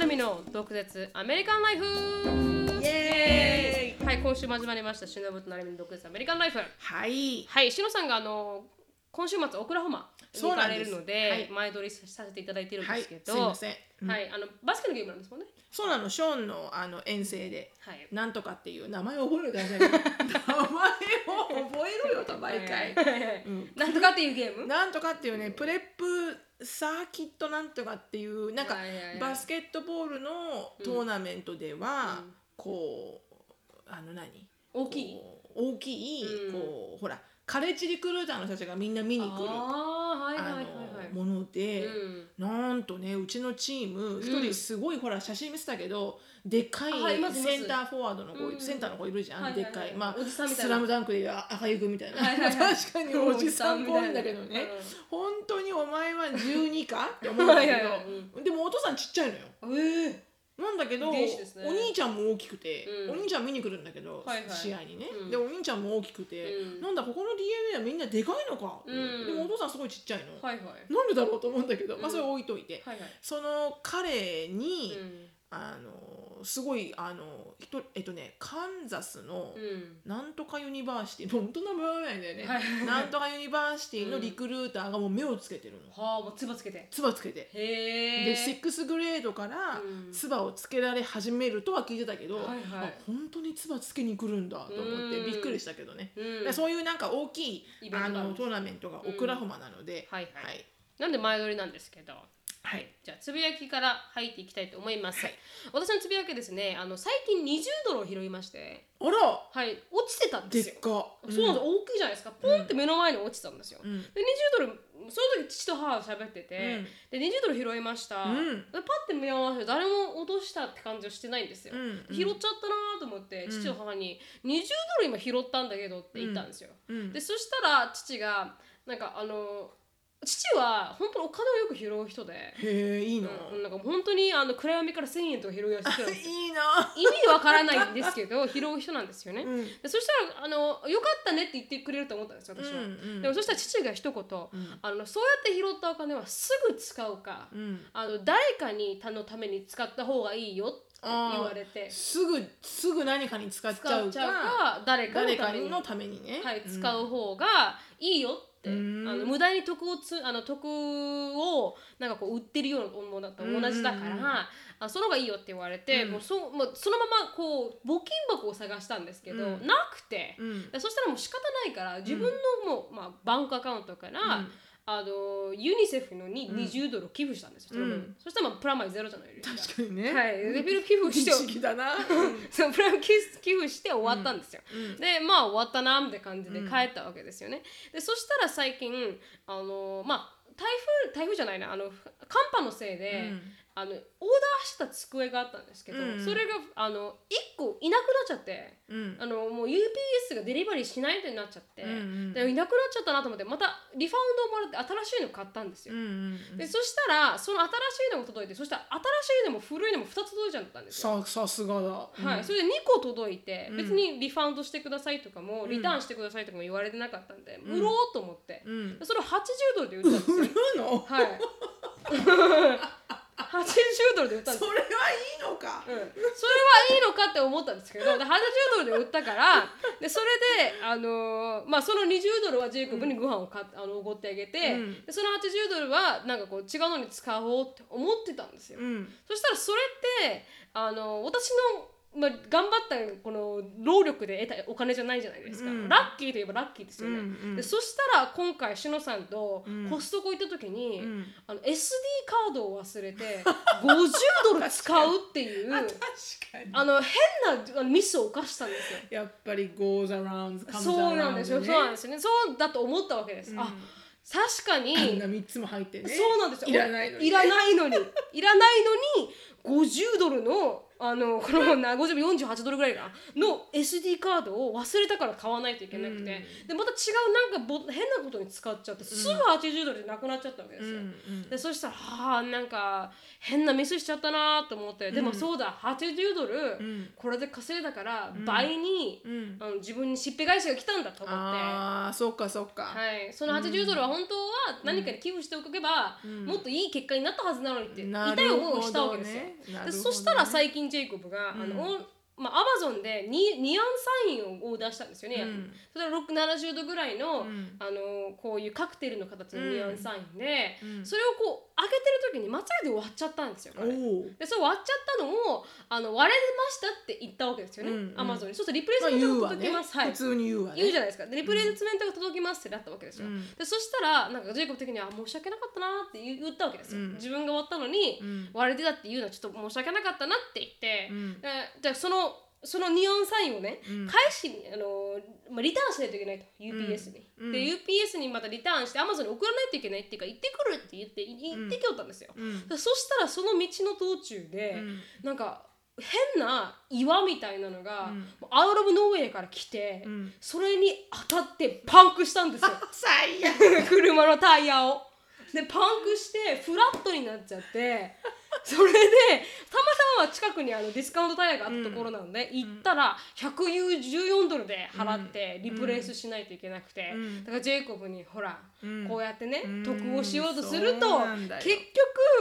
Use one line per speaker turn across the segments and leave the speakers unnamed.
るみの独舌アメリカンライフ
イエーイ
はい今週も始まりましたしのぶとなるみの独舌アメリカンライフ
はい
はいしのさんがあの今週末オクラホマに
そ
行
うな
か
ん
れ
で
る
す
ので
はい
前撮りさせていただいてるんで
はい
すけ
す
ど、
いません、うん
はいあのバスケのゲームなんですもんね
そうなのショーンのあの遠征で
はい
なんとかっていう名前を覚えるだけ だよ名前を覚えろよと毎回、
回
うん
なんとかっていうゲーム
なんとかっていうねプレップサーキットなんとかっていうなんか
はいはいはい
バスケットボールのトーナメントでは、
うん
こうあの何
大きい
こう大きい、
うん
こうほらカレッジリクルーターの人たちがみんな見に来るあ
ああーはいはいはい
の
は
もの
い
で、
うん
なんとねうちのチーム一
うん
人すごい、ほら写真見せたけどでっかい
あいますいます
センターフォワードの子、
うん
センターの子いるじゃん、
はいはい
で
は
っ
い
かいま
おじさ
あ
んみたい
ス
な
ラムダンクでいう赤い具みたいな、
はいはいはい
確か におじさんっぽいんだけどね本当にお前は12かって思うんだけど
はいはいはい
でもお父さんちっちゃいのよ
うんええ
なんだけど、
原始ですね
お兄ちゃんも大きくて、
うん
お兄ちゃん見に来るんだけど、
はいはい
試合にね、
うん
でお兄ちゃんも大きくて、
うん
なんだここの DNA はみんなでかいのか、
うん
でもお父さんすごいちっちゃいの、
はいはい
なんでだろうと思うんだけど、
うん
まあそれ置いといて、
はいはい
その彼に、
うん
あのすごいあのひとえっとねカンザスの、
うん
なんとかユニバーシティ本当名前わかんないんだよね、
はい
なんとかユニバーシティのリクルーターがもう目をつけてるの、
はあもうつばつけて
つばつけて
へえ
で6グレードから
うん
つばをつけられ始めるとは聞いてたけど、
はいはい
あ本当につばつけに来るんだと思って
うん
びっくりしたけどね、
うん
でそういうなんか大きい
イベントがあ
あ
る
のトーナメントがオクラホマなので、
はいはい、
はい
なんで前撮りなんですけど
はい
じゃあつぶやきから入っていきたいと思います、
はい
私のつぶやきですねあの最近20ドルを拾いまして
あら
はい落ちてたん
で
ですよ
っか
そうなんです大きいじゃないですかポンって目の前に落ちてたんですよ、
うん
で20ドルその時父と母が喋ってて、で20ドル拾いました、
うん
でパッて目を合わせて誰も落としたって感じはしてないんですよ、
うんうん
拾っちゃったなと思って父と母に「20ドル今拾ったんだけど」って言ったんですよ、
うんうん
でそしたら父がなんかあの父は本当にお金をよく拾う人で、
へえいいな、
うん、なんか本当にあの暗闇から1000円とか拾うやつなんですよ
いいな、
意味わからないんですけど拾う人なんですよね、
うん
でそしたらあの「よかったね」って言ってくれると思ったんですよ私は、
うんうん
でもそしたら父が一言、
ん
あの「そうやって拾ったお金はすぐ使うか、
うん、
あの誰かに他のために使った方がいいよ」って言われて
すぐすぐ何かに使っちゃ
使
う
っ
か
ちゃうか誰かの
誰
た
か
めに
のためにね、
はい、
うん
使う方がいいよって、
うん
あの無駄に得をつあの得をなんかこう売ってるようなものだと同じだから、
うんうんうん
あその方がいいよって言われて、
うん
もうそもうそのままこう募金箱を探したんですけど、
うん
なくて、
うん
でそしたらもう仕方ないから自分のもう、まあ、バンクアカウントから、
うん
あのユニセフのに20ドルを寄付したんですよ、その分
うん
そしたらまあプラマイゼロじゃないですか。
確かにね、
はい、で寄付して
不思議だな、
そうプラム寄付寄付して終わったんですよ、
うんうん
でまあ終わったなみたいな感じで
うん
帰ったわけですよね、でそしたら最近あのまあ台風台風じゃないなあの寒波のせいで、
うん
あのオーダーした机があったんですけど、
うんうん
それがあの1個いなくなっちゃって
うん
あのもう UPS がデリバリーしないみたいになっちゃって、
うんうん
でいなくなっちゃったなと思ってまたリファウンドをもらって新しいの買ったんですよ、
うんうんうん
でそしたらその新しいのが届いてそしたら新しいのも古いのも2つ届いちゃったんですよ
ささすがだ、
はい
うん
それで2個届いて、
うん
別にリファウンドしてくださいとかも、
ん
リターンしてくださいとかも言われてなかったんで、
うん
売ろうと思って、
うん、
それを80ドルで売ったんで すよ
売るの
はい 80ドルで売ったんです
そ
よ、
れはいいのか
うん、それはいいのかって思ったんですけどで80ドルで売ったからでそれで、あのーまあ、その20ドルはジェイコブにご飯を買っあのおごってあげて、
うん
でその80ドルはなんかこう違うのに使おうって思ってたんですよ
う、ん
そしたらそれってあの私の、まあ、頑張ったこの労力で得たお金じゃないじゃないですか、
うん
ラッキーといえばラッキーですよね、
うんうん
でそしたら今回しのさんと
うん
コストコ行った時に、
うん
あの SD カードを忘れて50ドル使うって いう
確かに
あの変なあのミスを犯したんですよ。
やっぱり goes around comes around
そうなんですよ、
ね
そうなんですよねそうだと思ったわけです、
うん
あ確かに
みんな三つも入ってね
そうなんですよ。
いらないのに
いらないのに。いらないのに、50ドルのあのこのな50 48ドルぐらいかなの SD カードを忘れたから買わないといけなくて、
うん
でまた違うなんかぼ変なことに使っちゃってすぐ80ドルでなくなっちゃったわけですよ。でそしたらあーなんか変なミスしちゃったなと思ってでも
うん
そうだ80ドル、
うん
これで稼いだから
うん
倍に、
うん
あの自分にしっぺ返しが来たんだと思って、は
ああそうかそうか、
い、その80ドルは本当は何かに寄付しておけば、
うん
もっといい結果になったはずなのにって
な
痛い
る
思い
ほ
をしたわ
ど
けですよ。
ねな
で
るほどね
そしたら最近ジェイコブが、あの
う
オンまあ、アマゾンでニニアンサインを出したんですよね、
うん
それは6 70度ぐらいの,、
うん
あのこういうカクテルの形のニアンサインで、
うん
それをこう開けてる時に間違いで割っちゃったんですよ。
お
彼
お
でそれ割っちゃったのをあの割れましたって言ったわけですよね、
うんうん
アマゾンにそうするとリプレイ
まあ
スメン
言う
トが
わ
届
ね
きます、はい
普通に言うわね
言うじゃないですかでリプレイスメントが届きますってなったわけですよ、
うん
でそしたらなんかジェイコブ的にはあ申し訳なかったなって言言ったわけですよ、
うん
自分が割ったのに、
うん
割れてたっていうのはちょっと申し訳なかったなって言って、
うん
でじゃあそのそのニオンサインをね、
うん
返しにあの、まあ、リターンしないといけないと UPS に、
うん
で UPS にまたリターンして Amazon に送らないといけないっていうか行ってくるって言ってい行ってきよったんですよ、
うん
でそしたらその道の途中で、
うん
なんか変な岩みたいなのが、
うん
もうアウト・オブ・ノーウェイから来て、
うん
それに当たってパンクしたんですよ
最 悪
車のタイヤを。でパンクしてフラットになっちゃってそれでたまたま近くにあのディスカウントタイヤがあったところなので、行ったら114ドルで払ってリプレイスしないといけなくて、
うん
だからジェイコブにほら、
うん
こうやってね、
うん
得をしようとすると
そうなんだよ
結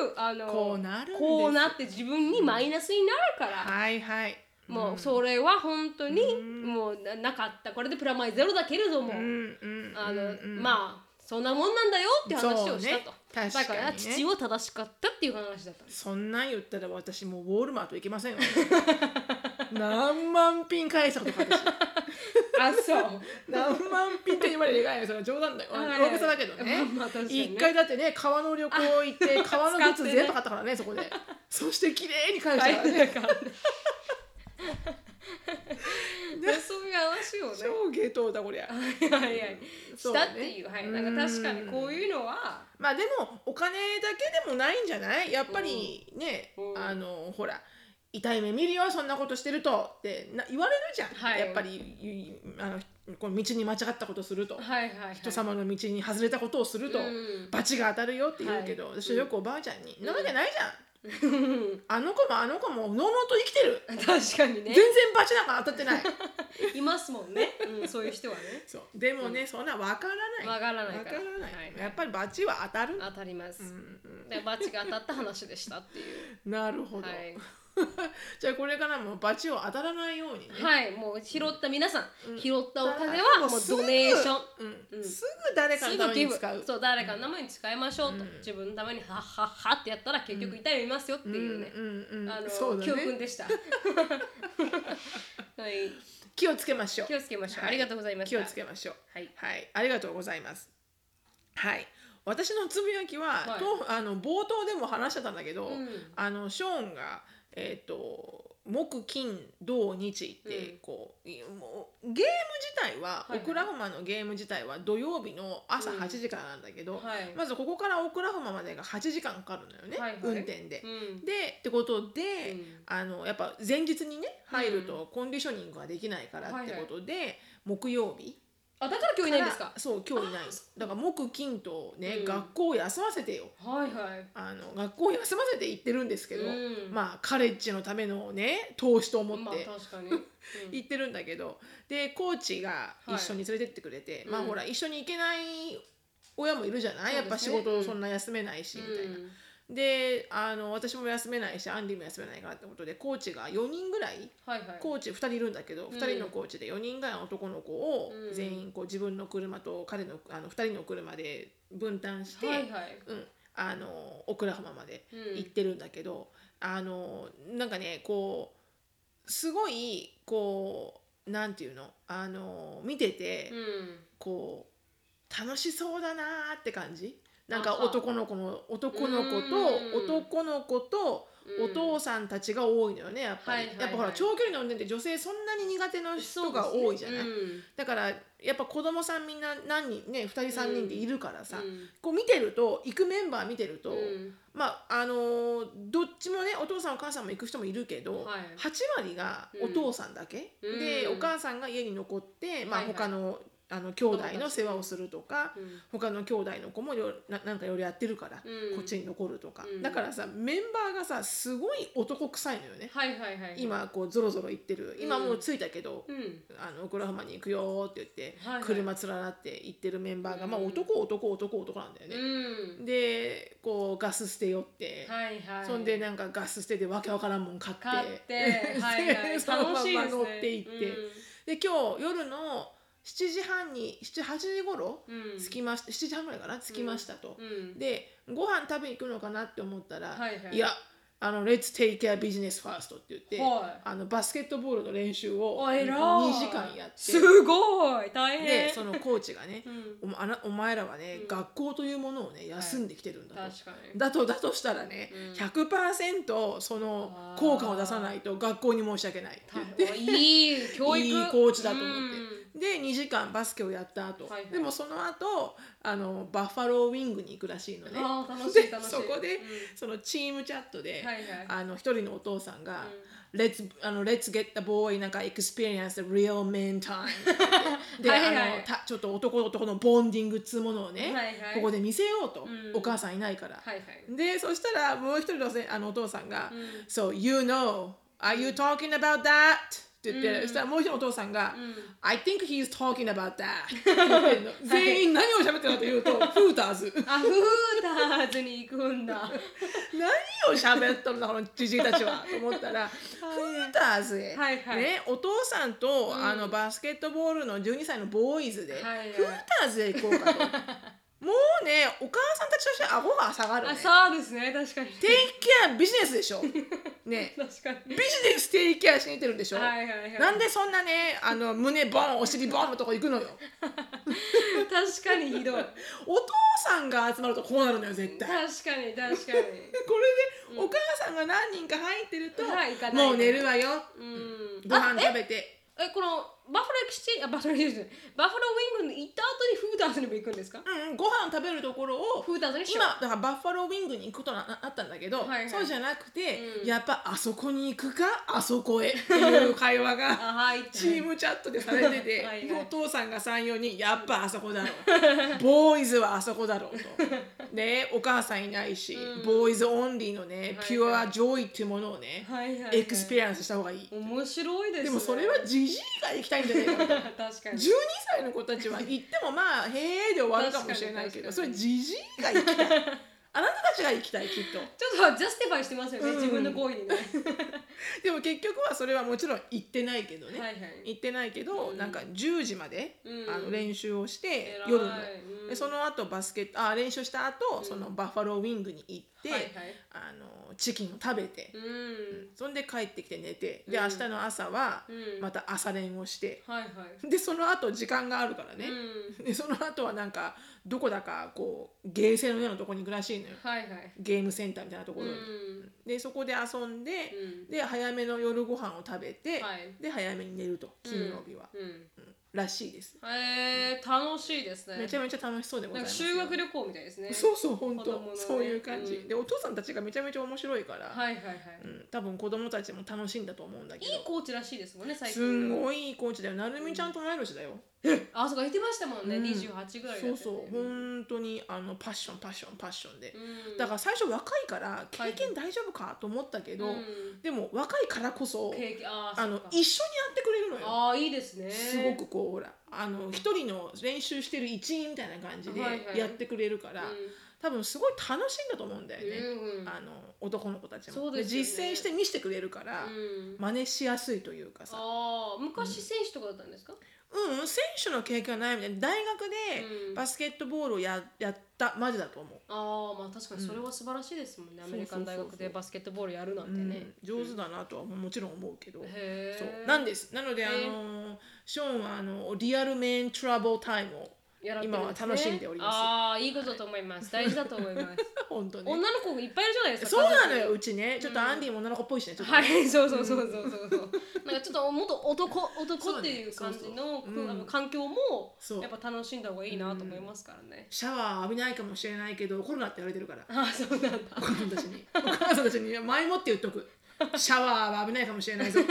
局あの
こうなるんです
こうなって自分にマイナスになるから。
はいはい
もうそれは本当に
うん
もうななかったこれでプラマイゼロだけれども、
うんうん
あの、
うん
まあそんなもんなんだよって話をしたと、
そう
だ
ね
から
確かにね
父は正しかったっていう話だったんです
そんなん言ったら私もうウォールマート行け ませんよ何万品返したことか私
あそう
何万品って言われる以外のそれは冗談だよ
はい
大げさだけどね
まあまあ確かにね
一回だってね川の旅行行って川のグ
使
ッズ
ってね
全部買ったからねそこでそして綺麗に返し
大
たから
変
ね
だからねでそういう話をね
超下等だこりゃ
はいはいはいし
そうね
たっていうはいなんか確かにこういうのは
まあでもお金だけでもないんじゃないやっぱりね
うん
あのほら痛い目見るよそんなことしてるとってな言われるじゃん、
はい
やっぱりゆあのこの道に間違ったことすると、
はいはい、はい、
人様の道に外れたことをすると、
うん
罰が当たるよって言うけど、
はい
私はよくおばあちゃんに「んなわけない じゃん
うん
あの子もあの子ものうのうと生きてる
確かにね
全然罰なんか当たって ない」
いますもんね、うん、そういう人はね
そうでもね、そんなわからない
わからない
わ
か
からら
はい
ないやっぱり罰は当たる、
当たります、
うんうん
でバチが当たった話でしたっていう。
なるほど、
はい、
じゃあこれからもバチを当たらないようにね、
はい、もう拾った皆さん、拾ったお金
も
は
う
もう
すぐ
ドネーション。
うんすぐ誰か
す
の
ぐ
た
ギ
め
ブ
に使う
そう誰かのために使いましょうと、
うん
自分のためにハッハッハってやったら結局痛い目見ますよって
うん
いうね、
うんうん
あの
そうだ
教訓
ね
でした はい
気をつけましょう
気をつけましょう、
はい
ありがとうございました
気をつけましょう
はい
はいありがとうございますはい私のつぶやきは、
はい
とあの冒頭でも話してたんだけど、
うん
あのショーンがえっ、と木金土日って、
うん
こういもうゲーム自体
は
は、
いはい
オクラホマのゲーム自体は土曜日の朝
うん
8時からなんだけど、
はい
まずここからオクラホマまでが8時間かかるのよね、
はいはい
運転で。
うん
でってことで、
うん
あのやっぱ前日にね入る
う
とコンディショニングができないからってことで、木曜日
あだから今日いないんです
か
から
そう今日いないだから木金とね、
うん
学校を休ませてよ
はいはい
あの学校を休ませて行ってるんですけど、
うん
まあカレッジのためのね投資と思
ま
っ
あ
て
確 かに、うん
行ってるんだけどでコーチが一緒に連れてってくれて、
うん
まあほら一緒に行けない親もいるじゃない、
そ
や
う
っ
で
ぱ
す
仕
ね
事そんな休めないし、みたいな。であの私も休めないしアンディも休めないからってことでコーチが4人ぐらい
はいはい
コーチ2人いるんだけど、
ん
2人のコーチで4人ぐらいの男の子を
うん
全員こう自分の車と彼のあの2人の車で分担して、
はいはい
うん、あのオクラホマまで
うん
行ってるんだけど、あのなんかねこうすごいこうなんていうのあの見てて、
うん
こう楽しそうだなーって感じ。なんか
あは
男の子の男の子
うん
と男の子とお父さんたちが多いのよねやっぱり、
はいはいはい
やっぱほら長距離の運転って女性そんなに苦手な人が多いじゃない、
そうですね
だからやっぱ子供さんみんな何人ね2人3人でいるからさ、
うん
こう見てると行くメンバー見てる
う
と、
ん
まああのーどっちもねお父さんお母さんも行く人もいるけど、
はい
8割がお父さんだけ、
うん
で
う
お
ん
母さんが家に残って、まあ、
はいはい
他の,、あの兄弟の世話をするとか、
うん
他の兄弟の子もよななんかよりやってるから、
うん
こっちに残るとか、
うん
だからさメンバーがさすごい男臭いのよね、
はいはいはいはい
今こうゾロゾロ行ってる今もう着いたけど、
うん
あのオクラホマに行くよって言って、
はいはい
車連なって行ってるメンバーが、まあ、
うん
男男男男なんだよね。
うん
でこうガス捨て寄って、
はいはい
そんでなんかガス捨てでわけわからんもん買って
買って はいはい
で
楽
そのま
しい
ま
です
乗
ね
っていって、で今日夜の7時半に78時頃
うんうん
着きました7時半ぐらいかな着きましたと
う、ん
でご飯食べに行くのかなって思ったら、
はいはい
やあの「Let's take care business first」って言って、
はい
あのバスケットボールの練習を
お
2
偉い
時間やって
すごい大変
でそのコーチがね
う、ん
お前あなお前らはね、
うん
学校というものをね休んできてるんだと、
確かに
だとだとしたらね、
うん
100%その効果を出さないと学校に申し訳ないって言って
たいい教育
いいコーチだと思っ
う
て
ん
で2時間バスケをやった後、
はいはい
でもその後あのバッファローウィングに行くらしいのね
あー楽し
で
い楽しい
そこで、
うん
そのチームチャットで、
はいはい
あの一人のお父さんが「Let's, あの Let's get the boy なんか experience the real man time って」で、
はいはい
あのたちょっと男と男のボンディングっつうものをね、
はいはい
ここで見せようと、
ん
お母さんいないから、
はいはい
でそしたらもう一人のせあのお父さんが「
うん
So you know are you talking about that?」って言って、
うん
そしたらもう一人のお父さんが「
うん
I think he's talking about that って言ってんの」全員何を喋ってるかというと「フーターズ」
あフーターズに行くんだ
何を喋っとるんだこのじじいたちはと思ったら、フーターズへ、
はいはい
ね、お父さんと、あのバスケットボールの12歳のボーイズで、
はいはい
フーターズへ行こう かともうねお母さんたちとして顎が下がるね
あそうですね確かに
テイケアビジネス でしょね
確かに
ビジネステイケアしに行ってるんでしょ、
はいはいはい
なんでそんなねあの胸ボンお尻ボンのとこ行くのよ
確かにひどい
お父さんが集まるとこうなるのよ絶対
確かに確か
でこれでお母さんが何人か入ってると、
はい行かない
もう寝るわよ
にうん
ご飯食べて
えこのバッファローエクスチェンジあバッファローエクスチェンジバッファローウィングに行った後にフーターズにも行くんですか
うんうんご飯食べるところを
フーターズにしよ
今
う
だからバッファローウィングに行くことになったんだけど、
はいはい
そうじゃなくて、
うん
やっぱあそこに行くかあそこ へっていう会話が
あはい
チームチャットでされて て
はいはい
でお父さんが34人「やっぱあそこだろ う」「ボーイズはあそこだろう」と。ねお母さんいないし、
うん
ボーイズオンリーのね、
はい
ピュアジョイっていうものをね、
はいはい、
エクスペリエンスした方がいい。
面白いですね
でもそれはジジイが行きたいんじゃないか
確
な。
かに
12歳の子たちは行ってもまあ「へえ」で終わるかもしれないけど
確
そ
かに確かに
れジジイが 行きたいあなたたちが行きたいきっと
ちょっとジャスティファイしてますよね、
うん
自分の行為にね
でも結局はそれはもちろん行ってないけどね、
はいはい
行ってないけど、
うん
なんか10時まで、
うん
あの練習をして
偉い
夜の、
うん
でその後バスケットあ練習した後、
ん
そのバッファローウィングに行って、
はいはい
あのチキンを食べて、
うん、
そんで帰ってきて寝てで
うん
明日の朝は
うん
また朝練をして、
はいはい
でその後時間があるから
う
ね、
ん
でその後はなんかどこだかこうゲーセンのようなとこに行くらしいのよ
はいはい
ゲームセンターみたいなとこ
う
ろ
ん
に、でそこで遊んで、
うん
で早めの夜ご飯を食べて、
はい
で早めに寝ると金曜日は、
うん
うんらしいです、
えー、楽しいですね
めちゃめちゃ楽しそうでござ
ないん
ま
か
す
修学旅行みたいですね
そうそう本
子供
当、
のね
そういう感じ、
うん
でお父さんたちがめちゃめちゃ面白いから、
はいはいはい、
うん、多分子供たちも楽しいんだと思うんだけど
いいコーチらしいですもんね最近
すんごいいいコーチだよなるみちゃんと同い年だよ、
あそうか言ってましたもんね、
うん
28ぐらいだった
そ
よ
う
ね
そう本当にあのパッションパッションパッションで、
うん
だから最初若いから経験大丈夫かと思ったけど、
うん
でも若いからこそ
経験あー
あの
そっか
一緒にやってくれるのよ
あーいいですね
すごくこうほらあの一人の練習してる一員みたいな感じで
はいはい
やってくれるから、多分すごい楽しいんだと思うんだよね、
うんうん
あの男の子たちも
そうですよね
実践して見せてくれるから、
うん
真似しやすいというかさ
ああ昔選手とかだったんですか、
うん、うん、選手の経験はないみたいな大学
う
で
ん
バスケットボールをややったまでだと思う、
ああまあ確かにそれは素晴らしいですもんね、
うん
アメリカン大
そ
学
うそうそうそ
で
う
バスケットボールやるなんて
う
ね、
ん、上手だなとはもちろん思うけど、
へえ
そうなん
で
ですなので
へ
あ
ー
のショーンはあのリアルメイントラブルタイムを
やられてるんです、ね、
今は楽しんでおります
ああいいことだと思います大事だと思い ます
本当に
女の子がいっぱいいるじゃないですか
そうなの
家
よ
族に
うちねちょっとアンディも女の子っぽいしねちょっとね
はいそうそうそうそうそうそうなんかちょっともっと男男っていう
そう
感
ね
じの
そうそううん
あの環境も
そう
やっぱ楽しんだ方がいいなと思いますからね
シャワー浴びないかもしれないけどコロナって言われてるから
ああそうなんだ
お母さんたちにお母さんたちに前もって言っとくシャワーは危ないかもしれな いぞ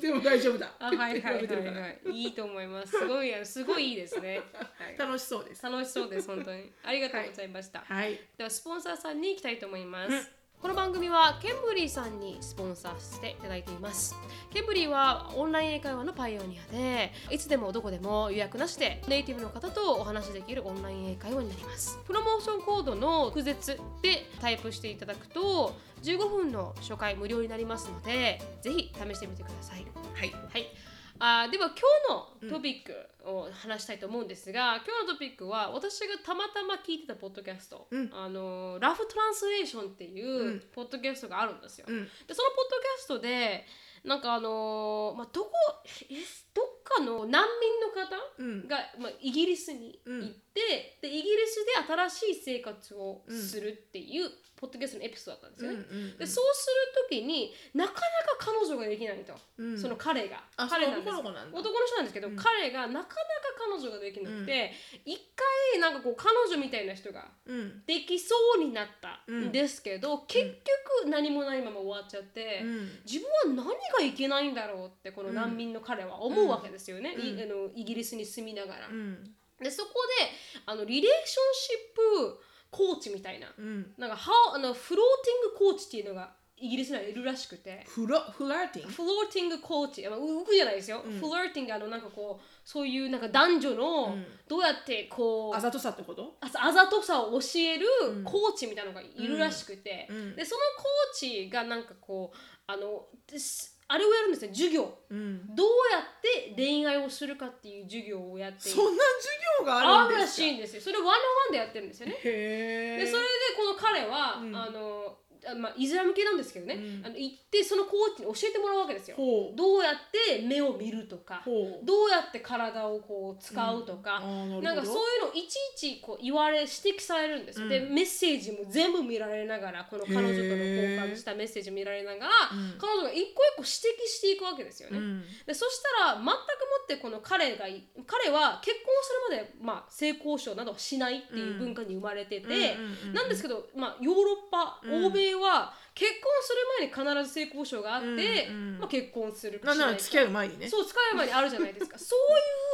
でも大丈夫だ
あはいはいは
って
い
言われてるから
はいいいと思いますすごいあのすごいいいです ね、はい、
楽しそうです
楽しそうです本当にありがとうございました、
はい
ではスポンサーさんに行きたいと思います、
うん
この番組はケンブリーさんにスポンサーしていただいていますケンブリーはオンライン英会話のパイオニアでいつでもどこでも予約なしでネイティブの方とお話しできるオンライン英会話になりますプロモーションコードの「絶」でタイプしていただくと15分の初回無料になりますのでぜひ試してみてください
はい
はい、あーでは今日のトピックを話したいと思うんですが、今日のトピックは私がたまたま聞いてたポッドキャスト、
うん
あのーラフトランスレーションっていううんポッドキャストがあるんですよ。
うん
でそのポッドキャストでなんかあのーまあ、どこえどっかの難民の方
うん
が、まあ、イギリスに行って、
うん
でイギリスで新しい生活をするっていうポッドキャストのエピソードだったんですよね。でそうする時になかなか彼女ができないと。
うんうん
その彼が、
あ
彼
彼
なんです
男の子なんだ
男の人なんですけど、
うん
彼がなかなか彼女ができなくて、一回なんかこう彼女みたいな人が
うん
できそうになった
うん
んですけど、結局何もないまま終わっちゃって、
うん
自分は何がいけないんだろうってこの難民の彼は思うわけですよね、
うん
いあのイギリスに住みながら。
うん
でそこであのリレーションシップコーチみたいな
うん
なんかハウあのフローティングコーチっていうのがイギリスにはいるらしくて。
フロフラーティング
フローティングコーチ、まあ、浮くじゃないですよ、
うん
フローティングあのなんかこうそういうなんか男女
う
の
ん
どうやってこう、
あざとさってこと
ああざとさを教える
うん
コーチみたいなのがいるらしくて、
うん
でそのコーチがなんかこうあのですあれをやるんですね授業
うん
どうやって恋愛をするかっていう授業をやってい
そ
る
んな授業が
あ
あ
る
るん
ら
で
し
すか
いんですよそれワンオンワンでやってるんですよね
へ
で
え
それでこの彼は、
うん
あのあまあ、イスラム系なんですけどね、
うん
あの行ってそのコーチに教えてもらうわけですよ。
ほう
どうやって目を見るとか
ほう
どうやって体をこう使うと
あ
か、
ー
な
なんる
か
ほ
そ
ど
ういうのいちいちこう言われ指摘されるんですよ、
うん
でメッセージも全部見られながらこの彼女との交換したメッセージ見られながら、
うん
彼女が一個一個指摘していくわけですよね。
うん
でそしたら全くもってこの彼がい彼は結婚するまで、まあ、性交渉などしないっていう文化に生まれてて、
うん
なんですけど、まあ、ヨーロッパ、
うん
欧米は結婚する前に必ず性交渉があって、
うんうん
まあ、結婚する
なんなら
しい
付き合う前にね
そう付き合う前にあるじゃない ですかそ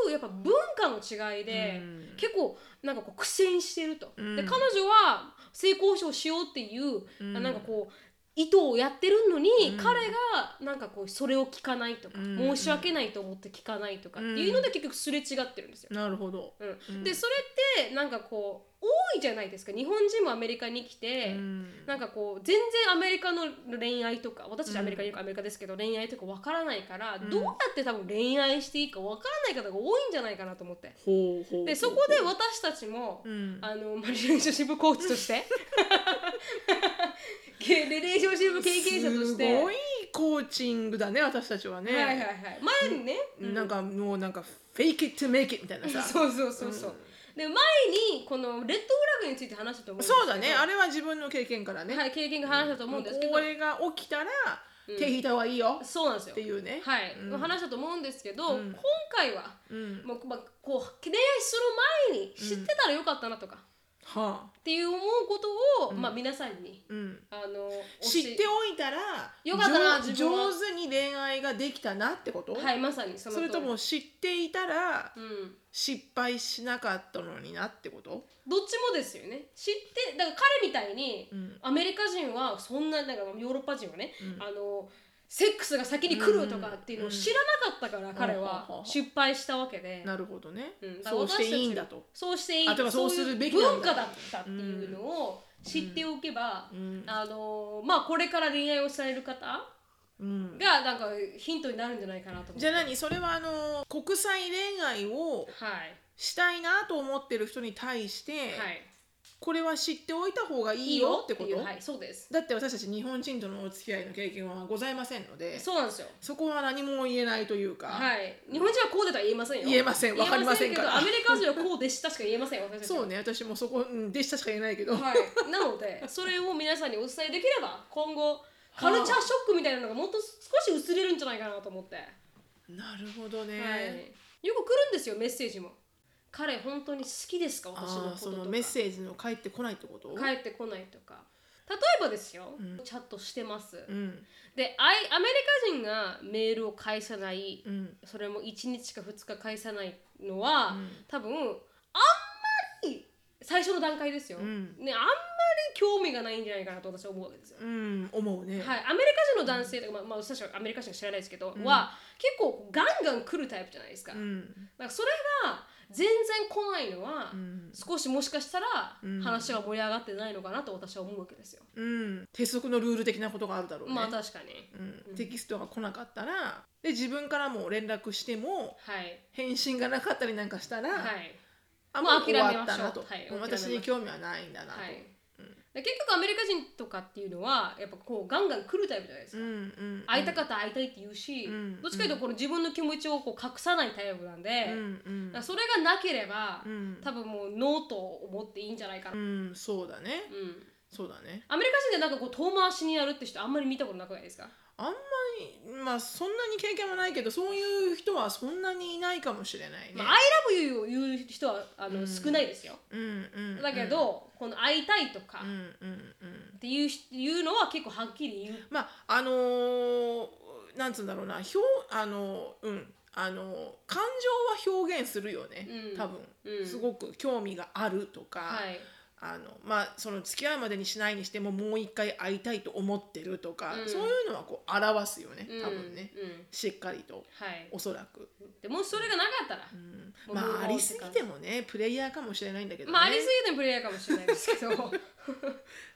ういうやっぱ文化の違いで、
うん
結構なんかこう苦戦してると、
うん
で彼女は性交渉しようっていう、
うん
なんかこう意図をやってるのに、
うん
彼がなんかこうそれを聞かないとか、
うん
申し訳ないと思って聞かないとかっていうので結局すれ違ってるんですよ。
なるほど
うん
うん
でそれってなんかこう多いじゃないですか日本人もアメリカに来て、
うん
なんかこう全然アメリカの恋愛とか私たちアメリカにいるからアメリカですけど、恋愛とかわからないから、
うん
どうやって多分恋愛していいかわからない方が多いんじゃないかなと思って
ほうほうほう
でそこで私たちも、
うん
あのまあリレーションシップコーチとして レレーションシップ経験者として
すごいコーチングだね私たちはね、
はいはいはい、前にね、うん
なんかもうなんか「fake it to make it」みたいなさ
そうそうそうそう、で前にこのレッドフラグについて話したと思うんですけど
そうだねあれは自分の経験からね、
はい、経験が話したと思うんですけど、
これが起きたら手引いた方がいいよ
そうなんですよ
っていうね、
はい、
うん
話したと思うんですけど、
うん
今回は
うん
もう、まあ、こう恋愛する前に知ってたらよかったなとか、っ
はあ
ていう思うことを、
うん
まあ、皆さんに
うん、
あの
知
教え
っておいたら
よかったな
上
自分は
上手に恋愛ができたなってこと、
はいまさにその
そ
通り
れとも知っていたら
うん、
失敗しなかったのになってこと、
どっちもですよね知ってだから彼みたいに、
うん
アメリカ人はそんななんかヨーロッパ人はね、
うん
あのセックスが先に来るとかっていうのを知らなかったから、
ん
彼
ほうほうほ
は
う
失敗したわけで。
なるほどね、
んだから
そうしていいんだと。
そうしていい
あてかそうするべきなん
そうい
だ
う文化だったっていうのを知っておけば、
うん
あのまあこれから恋愛をされる方が
うん、
なんかヒントになるんじゃないかなと思って
じゃあ何それはあの国際恋愛を
はい
したいなと思ってる人に対して、
はい
これは知っておいた方がいいよってこと
いうはいそうです
だって私たち日本人とのお付き合いの経験はございませんのでそ
そうなんですよ
こは何も言えないというか、
はい日本人はこうでとは言えませんよ
言えませんわかりません
け
か
ど
ら
アメリカ人はこうでしたしか言えません私たちは
そうね私もそこ、うん、でしたしか言えないけど、
はい、なの でそれを皆さんにお伝えできれば今後カルチャーショックみたいなのがもっと少し薄れるんじゃないかなと思って、
なるほどね、
はい、よく来るんですよメッセージも「彼本当に好きですか私のこ
ああ
と
そ
と
の
か
メッセージの返ってこないってこと
帰ってこない」とか例えばですよ、
うん
チャットしてます、
うん
であいアメリカ人がメールを返さない、
うん
それも1日か2日返さないのは、
うん
多分あんまり最初の段階ですよ、
うん
ねあんまり興味がないんじゃないかなと私は思うわけですよ
うん思うね、
はい、アメリカ人の男性とか、まあ、まあ、私たちはアメリカ人は知らないですけど、
うん
は結構ガンガン来るタイプじゃないですか,、
う
なん
ん
かそれが全然来ないのは、
うん
少しもしかしたら
うん
話が盛り上がってないのかなと私は思うわけですよ、
うん、鉄則のルール的なことがあるだろうね、
まあ確かに
うん、テキストが来なかったらで自分からも連絡しても
はい
返信がなかったりなんかしたら、
はい
あ
もう
もう
諦めまし
終
ょう
わったなと、
はい
も
諦め
う
まし
私
ょう
に興味はないんだなと、
はい、
うん
で結局アメリカ人とかっていうのはやっぱこうガンガン来るタイプじゃないです
う
か、
んうん、
会いたかったら会いたいって言うし、
うん
どっちかというとこの自分の気持ちをこう隠さないタイプなんで、
うんうん
だからそれがなければ、
うん
多分もうノーと思っていいんじゃないかな、
うんそうだね
うん
そうだね
アメリカ人でなんかこう遠回しにやるって人あんまり見たことなくないですか
あんまりまあそんなに経験もないけどそういう人はそんなにいないかもしれないね、
まあ、I love you を言う人はあの、
うん
少ないですよ。
うんうん
だけど、この会いたいとか
うんうんうん
っていう,、いうのは結構はっきり言う。
まああのーなんつうんだろうな表あのーうんあのー感情は表現するよね、
うん
多分、
うん
すごく興味があるとか、
はい。
あのまあその付き合いまでにしないにしてももう一回会いたいと思ってるとか、
うん
そういうのはこう表すよね多分ね、
うん。うん
しっかりと
はい。
おそらく、
でもしそれがなかったら、
うん
もうもう
ま
もう
あありすぎてもねプレイヤーかもしれないんだけど、ね、
まあありすぎてもプレイヤーかもしれないです けど、うん。も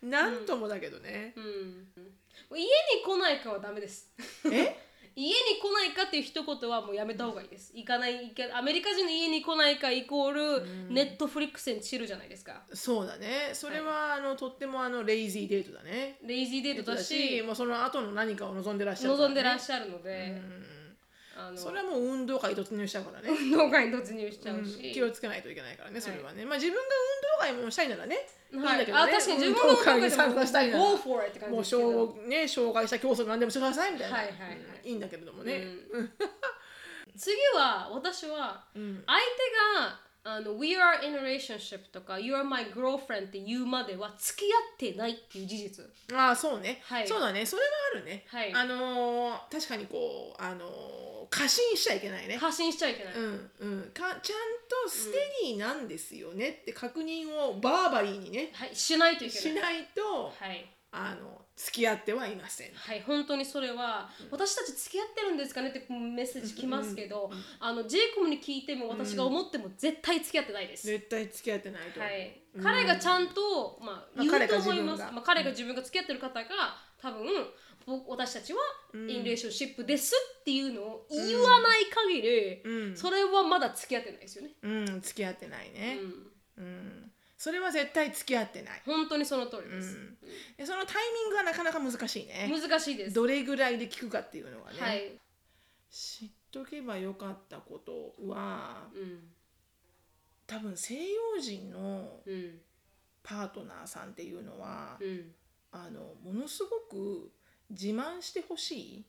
なんともだけどね、
う家に来ないかはダメです。
え
家に来ないかっていう一言はもうやめた方がいいです。行かない、行けアメリカ人の家に来ないかイコール、ネットフリックスに散るじゃないですか。
そうだねそれは、あのとってもあのレイジーデートだね
レイジーデートだし、
もうその後の何かを望んでらっしゃるから
望
ね、
んでらっしゃるので、あの
それはもう運動会に突入したからね、
運動会に突入しちゃ
う
うんし、
気をつけないといけないからねそれはね、まあ自分が運動会もしたいならね、
はい
いんだけどね
あ確かに自分
運
の
動会に参加したいなら
Go for it って感じ
もう
ですけど
障,、ね、障害者競争何でもしてくださいみたいな、
はいはいはい
うんいいんだけれどもね、
うん次は私は
うん
相手があの We are in a relationship とか You are my girlfriend って言うまでは付き合ってないっていう事実
ああそうね、
はい
そうだねそれはあるね、
はい
あのー確かにこう、あのー過信しちゃいけないね
発信しちゃいけない、
うんうん、かちゃんとステディなんですよねって確認をバーバリーにね
はい、しないといけ
し
ない
ないと、
はい
あの付き合ってはいません。
はい、本当にそれは、私たち付き合ってるんですかねってメッセージ来ますけど、あのジェイコムに聞いても私が思っても絶対付き合ってないです。
絶対付き合ってないと思
は
う。
い、
うん
彼がちゃんと、まあ、
まあ
言う
彼
と
が
思い
自
ま
分
す。
が
まあ、彼が自分が付き合ってる方が多分僕私たちはイン
ん
レーションシップですっていうのを言わない限り、
うん、
それはまだ付き合ってないですよね。
うん、付き合ってないうね、
ん、
うん。それは絶対付き合ってない。
本当にその通りです。
でそのタイミングがなかなか難しいね。
難しいです。
どれぐらいで聞くかっていうのがね。
はい、
知っとけばよかったことは、
うん、
多分西洋人の
うん、
パートナーさんっていうのは、
うん、
あのものすごく自慢してほしい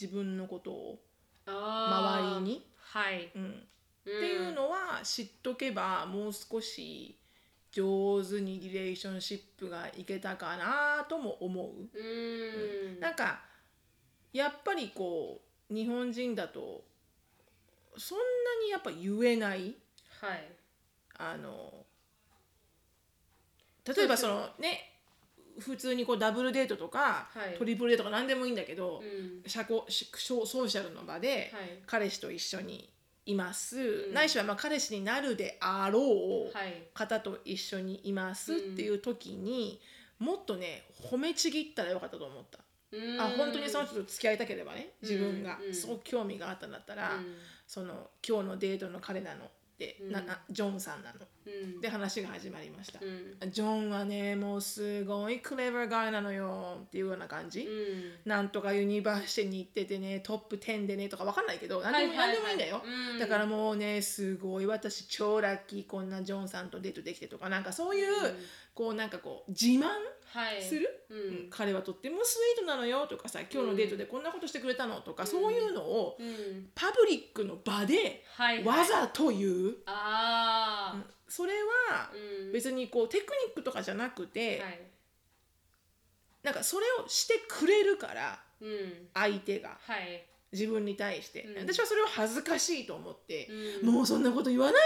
自分のことを、
あー
周りに、
はい、っ
うん、
て
っていうのは知っとけばもう少し上手にリレーションシップがいけたかなとも思
うー。
うんなんかやっぱりこう日本人だとそんなにやっぱ言えない
はい。
あの例えばそのね普通にこうダブルデートとか、
はい
トリプルデートとか何でもいいんだけど、
うん。
社交しソソーシャルの場で
はい
彼氏と一緒にいます、
ん
ないしはまあ彼氏になるであろう
はい。
方と一緒にいますっていう時に、もっとね褒めちぎったらよかったと思った、
うーん
あ本当にその人と付き合いたければね自分が、
うんうん
すごく興味があったんだったら、
うん
その今日のデートの彼らのって、
うん
ななジョンさんなの。
うん
で話が始まりました。
うん
ジョンはねもうすごいクレバーガイなのよっていうような感じ。
うん
なんとかユニバーシティに行っててねトップ10でねとかわかんないけど何でも,、
はいはいはい
何でもいいんだよ、
うん
だからもうねすごい私超ラッキーこんなジョンさんとデートできてとかなんかそういう、
うん
こうなんかこう自慢
はい
する、
う
う
ん
ん彼はとってもスイートなのよとかさ今日のデートでこんなことしてくれたのとか、そういうのを
うん
パブリックの場で
はいはい
わざと言う、
ああ
それは
うん
別にこうテクニックとかじゃなくて、
はい
なんかそれをしてくれるから
うん
相手が。
はい
自分に対して、
うん
私はそれを恥ずかしいと思って、
うん
もうそんなこと言わないでよ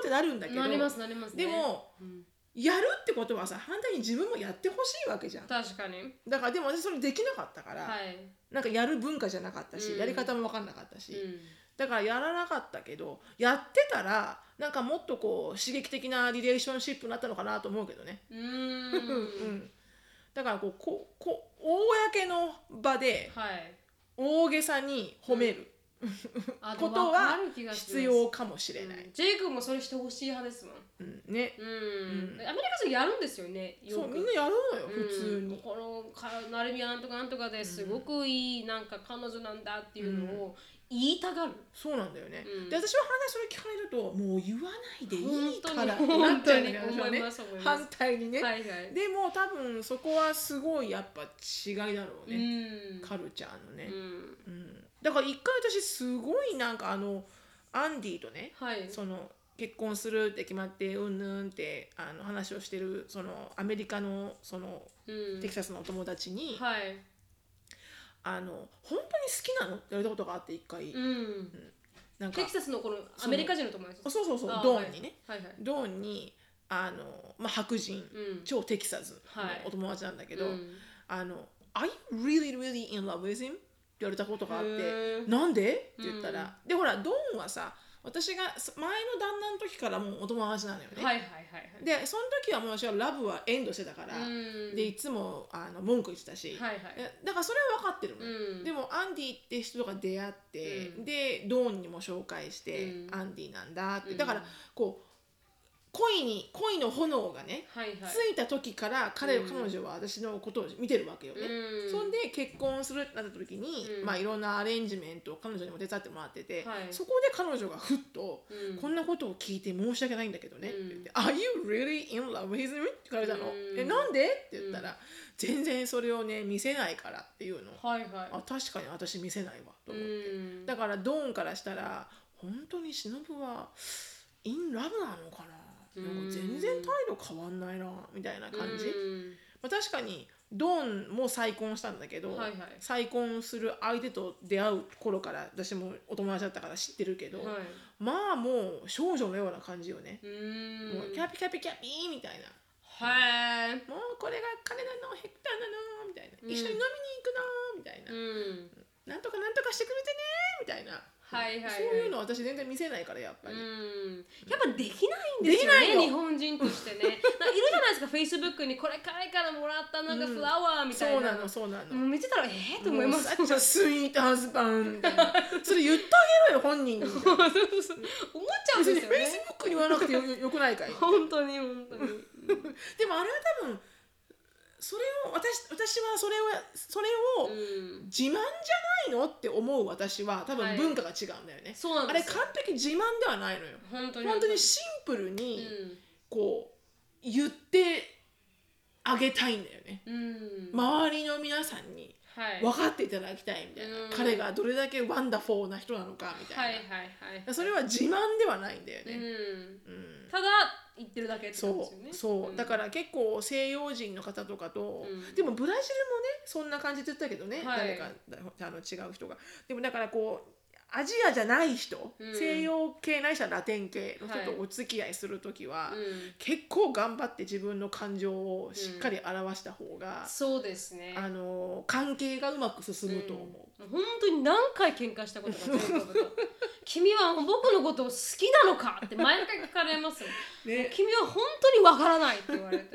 ってなるんだけど
なりますなりますね
でも
うん
やるってことはさ反対に自分もやってほしいわけじゃん
確かに
だからでも私それできなかったから、
はい
なんかやる文化じゃなかったし、
うん
やり方も分かんなかったし、
うん
だからやらなかったけどやってたらなんかもっとこう刺激的なリレーションシップになったのかなと思うけどね。
う
うんう
ーん
んだからこうこうこう公の場で
はい
大げさに褒める
あで
こ
も
と
わか
は
る気がします
必要かもしれない。
うんジェイ君もそれしてほしい派ですもん
うんね、
うん
うん
アメリカ人やるんですよねよ
そう
く
みんなやるのよ、
うん
普通に。
このかなるみはなんとかなんとかですごくいいなんか彼女なんだっていうのを言いたがる、
そうなんだよね。
うん
で私は反対それ聞かれるともう言わないでい
本
い
当
からっ
に
てなっ
本
ちゃ
当
うんだ
に
よね
思い
私は
ま
ね
す思いま
反
す
対にね。
はいはい、
でも多分そこはすごいやっぱ違いだろ
う
うね、
ん
カルチャーのね
う、ん
うんだから一回私すごいなんかあのアンディとね
はい
その結婚するって決まってうんぬんってあの話をしてるそのアメリカのその
うん
テキサスのお友達に、
はい
あの本当に好きなのって言われたことがあって一回、
うん
なんか
テキサスのこのアメリカ人の友達
あそうそうそう
あ
ドーンにね、
はいはいはい
ドーンにあの、まあ、白人、
うん
超テキサスの
はい
お友達なんだ
け
けど「あの Are you really really in love with him?」って言われたことがあっ
へ
て「
ー
なんで?」って言ったら、でほらドーンはさ私が前の旦那の時からもうお友達なのよね、
はいはいはい
でその時はもう私はラブはエンドしてたから、
はいうん
でいつもあの文句言ってたし、
はいはい
えだからそれは分かってるの、
うん
でもアンディって人が出会って、
うん
でドーンにも紹介して、
うん
アンディなんだって、
うん
だからこう恋に恋の炎がね、
はいはい
ついた時から彼、
うん
彼女は私のことを見てるわけよね、
うん
そんで結婚するってなった時に、
うん
まあ、いろんなアレンジメントを彼女にも手伝ってもらってて、
はい
そこで彼女がふっと、
うん
こんなことを聞いて申し訳ないんだけどね」
うん
って言って「Are you really in love with me?」って言われた
う
の「
ん
えなんで?」って言ったら、全然それをね見せないから」っていうの、
はいはい
あ確かに私見せないわと
う
思って、
ん
だからドーンからしたら本当に忍はインラブなのかななんか全然態度変わんないなみたいな感じ、
うん
まあ、確かにドーンも再婚したんだけど、
はいはい
再婚する相手と出会う頃から私もお友達だったから知ってるけ
は
ど、
い
まあもう少女のような感じよね、
うーん
もうキャピキャピキャピーみたいな
はい
もうこれが彼なのヘクターなのみたいな、
うん
一緒に飲みに行くのみたいな、
うん
なんとかなんとかしてくれてねみたいな、
はいはいはい
そういうの私全然見せないからやっぱり、
うんやっぱできないんですよ
できない
ね
の
日本人と してねなんかいるじゃないですかフェイスブックにこれ彼からもらったなんかフラワーみたい
そう
な,、
なのそうなの、
もう見てたらええと 思います
もうさっちゃんスイートハズバンみたいなそれ言ってあげろよ本人にみたいな
そうそうそう思っちゃうんで
別に
す
フ
よ
ェイス
ね
ブックに言わなくてよよくないかいでも
本当に本当に
あれは多分それを私私はそれはそれ
う
を
ん
自慢じゃないのって思う私は多
は
分
い
文化が違うんだよね、
そうな
あ
ん
れ
です
完
よ
璧自慢ではないのよ
本当に
本当にシンプル
う
に
ん
こう言ってあげたいんだよね
うん、
周りの皆さんに
はい
分かっていただきたいみたいな、
うん
彼がどれだけワンダフォーな人なのかみたいな
はい、はいはい
それは自慢ではないんだよね、
うん、
うん
ただ言ってるだけってことです
そ
よね
うそう、だからら結構西洋人の方とかと、
うん
でもブラジルもねそんな感じって言ってたけどね、
はい
誰かあの違う人がでもだからこうアジアじゃない人、
うん
西洋系ないしはラテン系の
はい
人とお付き合いする時は、
うん、
結構頑張って自分の感情をしっかり表した方が、
そうですね
あの関係がうまく進むと思う。
うん、本当に何回喧嘩したことか全部と 君は僕のことを好きなのかって毎回聞かれますもん
ね
君は本当にわからないって言われ て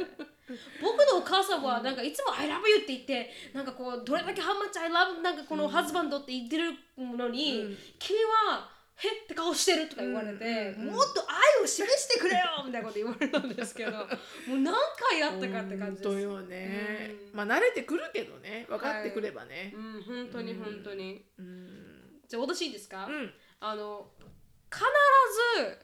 僕のお母さんはなんかいつも「I love you」って言ってなんかこうどれだけ「how much I love」なんかこのハズバンドって言ってるのに、
うん
君はへって顔してる」とか言われて、
うんうんうん
もっと愛を示してくれよ!」みたいなこと言われたんですけどもう何回やったかって感じです
本当よね、
うん
まあ慣れてくるけどね分かってくればね、
うん本当に本当に、
うん
じゃあ私いいですか、
うん
あの必ず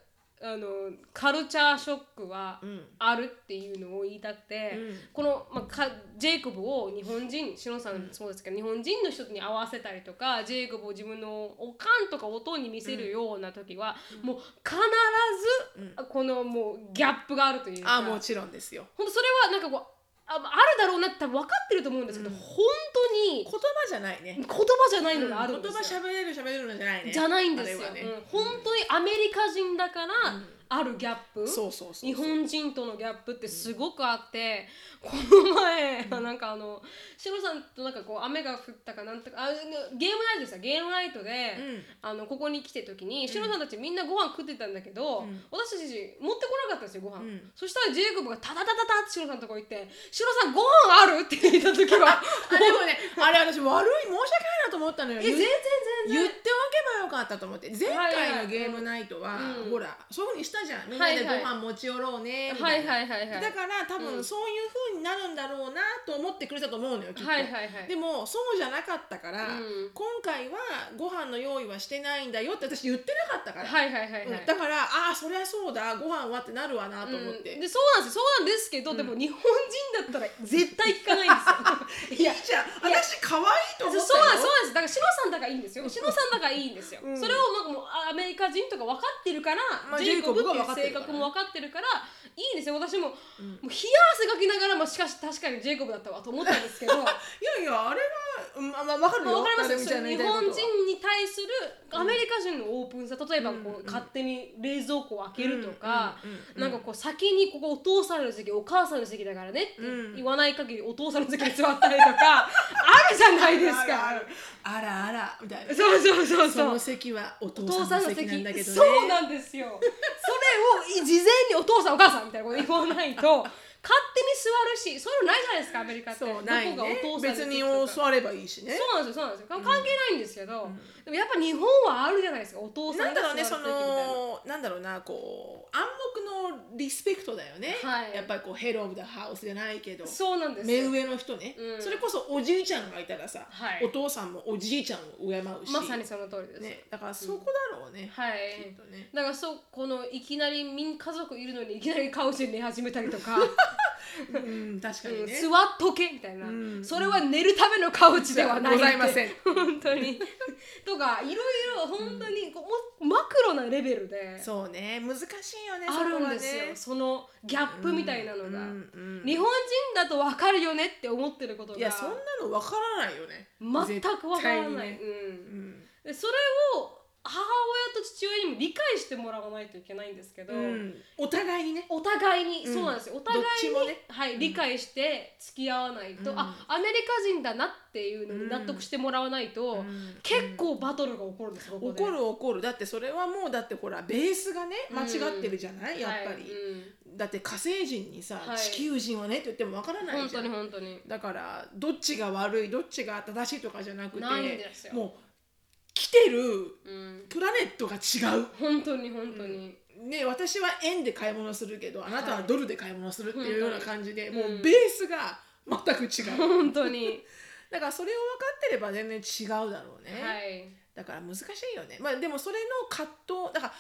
あのカルチャーショックは
うん
あるっていうのを言いたくて、
うん
この、まあ、かジェイコブを日本人シノさんもそうですけど、日本人の人に合わせたりとかジェイコブを自分のおかんとかおとんに見せるような時は、もう必ず、
う
このもうギャップがあるというか
あもちろんですよ
本当それはなんかこうああるだろうなって多分分かってると思うんですけど、
うん
本当に
言葉じゃないね
言葉じゃないの
言
があるんですよ、
葉喋れる喋れるのじゃないね
じゃないんですよ、
あれはね
うん本当にアメリカ人だから
うん
あるギャップ、
そうそうそう
日本人とのギャップってすごくあって、この前、なんかあのシロさんとなんかこう雨が降ったかなんとかあゲームナイトですよゲームナイトで、
うん
あのここに来てる時にシロさんたちみんなご飯食ってたんだけど、
うん
私たち持ってこなかったんですよご飯、
うん
そしたらジェイコブがタタタタタってシロさんのとこ行って「シロさんご飯ある?」って聞いた時は
あでもね あれ私悪い申し訳ないなと思ったのよ
え全然全
言って
然
おけばよかったと思って前
はいは
回
い
のゲームナイトは、
うん
ほらそういうふうにしたじゃんみんなでご
はいはい
飯持ち寄ろうねみ
は
たい
い
な、
はいはいはい
だから多
う
分
ん
そういうふうになるんだろうなと思ってくれたと思うのよきっと、
はいはいはい
でもそうじゃなかったから、
うん
今回はご飯の用意はしてないんだよって私言ってなかったから、
はいはいはいはい、
うんだからああそりゃそうだご飯はってなるわなと思っ
う
て、
んでそうなんですよそうなんですけど、でも日本人 だったら絶対聞かないん ですよ
いやじゃあ私可愛いと
そう
思
なん
っ
で
た
すそ
よ
うなんですだからシノさんだからいいんですよシノさんだからいいんですよ、
うん
それをなんかもうあアメリカ人とか分かってるから、
まあ
ジェイコブっていう性
ジェイコブが分かってるから
格も分かってるからいいんですよ私も,、
ん
もう冷や汗かきながら、まあ、しかし確かにジェイコブだったわと思ったんですけど
いやいやあれはうんまあまあわかる
まあ
よ
わかりますよ
誰も
そ
じゃ
れ
な
日
いみたいな
本
こ
人
とは
に対するアメリカ人のオープンさ例えばこう、
うん
勝手に冷蔵庫を開けるとか、
うんうんうんうん
なんかこう先にここお父さんの席お母さんの席だからねって
うん
言わない限りお父さんの席に座ったりと かあるじゃないですか。
あるあるあらあらみたいな
そうそうそう
そ
そ
の
う。
席はお
お
父
父さん
さんの
の
席
席
なんだけどね
そうなんですよ。それを事前にお父さんお母さんみたいなこと言わないと勝手に座るしそういうのないじゃないですかアメリカって。
そうない
どこが
ね
お父さんの
別
席
に
とか
座ればいいしね
そうなんですよそうなんですよ関係ないんですけど、でもやっぱ日本はあるじゃないですかお父さ
なんん
が
だ
座
ろ
る
うね
べきみた
そ
いな。
のなんだろうなこう暗黙のリスペクトだよね、
はい
やっぱりこうヘロー・ザ・ハウスじゃないけど
そうなんです
目
よ。
上の人ね、
うん
それこそおじいちゃんがいたらさ、
はい
お父さんもおじいちゃんを敬うし、
まさにその通りです。
ね、だからそこだろうね、
はい。
きっとね
だからそうこのいきなりみん家族いるのにいきなりカウチで寝始めたりと か、
うん確かに
うん
ね、
座っとけみたいな、
うん
それは寝るためのカウチではないって
ございません
本当にとかいろいろ本当にこう、もマクロなレベルで
そうね難しいよね
あるんですよ、そのギャップみたいなのが、日本人だと分かるよねって思ってることが
いやそんなのわからないよね
全く分からない、
絶対にね
うん
うん
でそれを母親と父親にも理解してもらわないといけないんですけど、
うんお互いにね
お互いに、
うん
そうなんですよお互い
どっ
に、
ちもね
はい、
ん
理解して付き合わないと、
うん
あアメリカ人だなっていうのに納得してもらわないと、
うん
結構バトルが起こるんですよここで
怒る怒るだってそれはもうだってほらベースがね
うん
間違ってるじゃない、やっぱ
はい
り、
うん
だって火星人にさ、
はい
地球人はねって言ってもわからない
本
じゃ
当に
ん
本当に
だからどっちが悪いどっちが正しいとかじゃなくて
ないんですよ
もう来てる
うん
プラネットが違う
本当に本当に、
ね、私は円で買い物するけどあなたはドルで買い物するっていうような感じで、
ん
も
うん
うベースが全く違 う、
本当に
だからそれを分かってれば全然違うだろうね、
はい
だから難しいよねまあでもそれの葛藤だから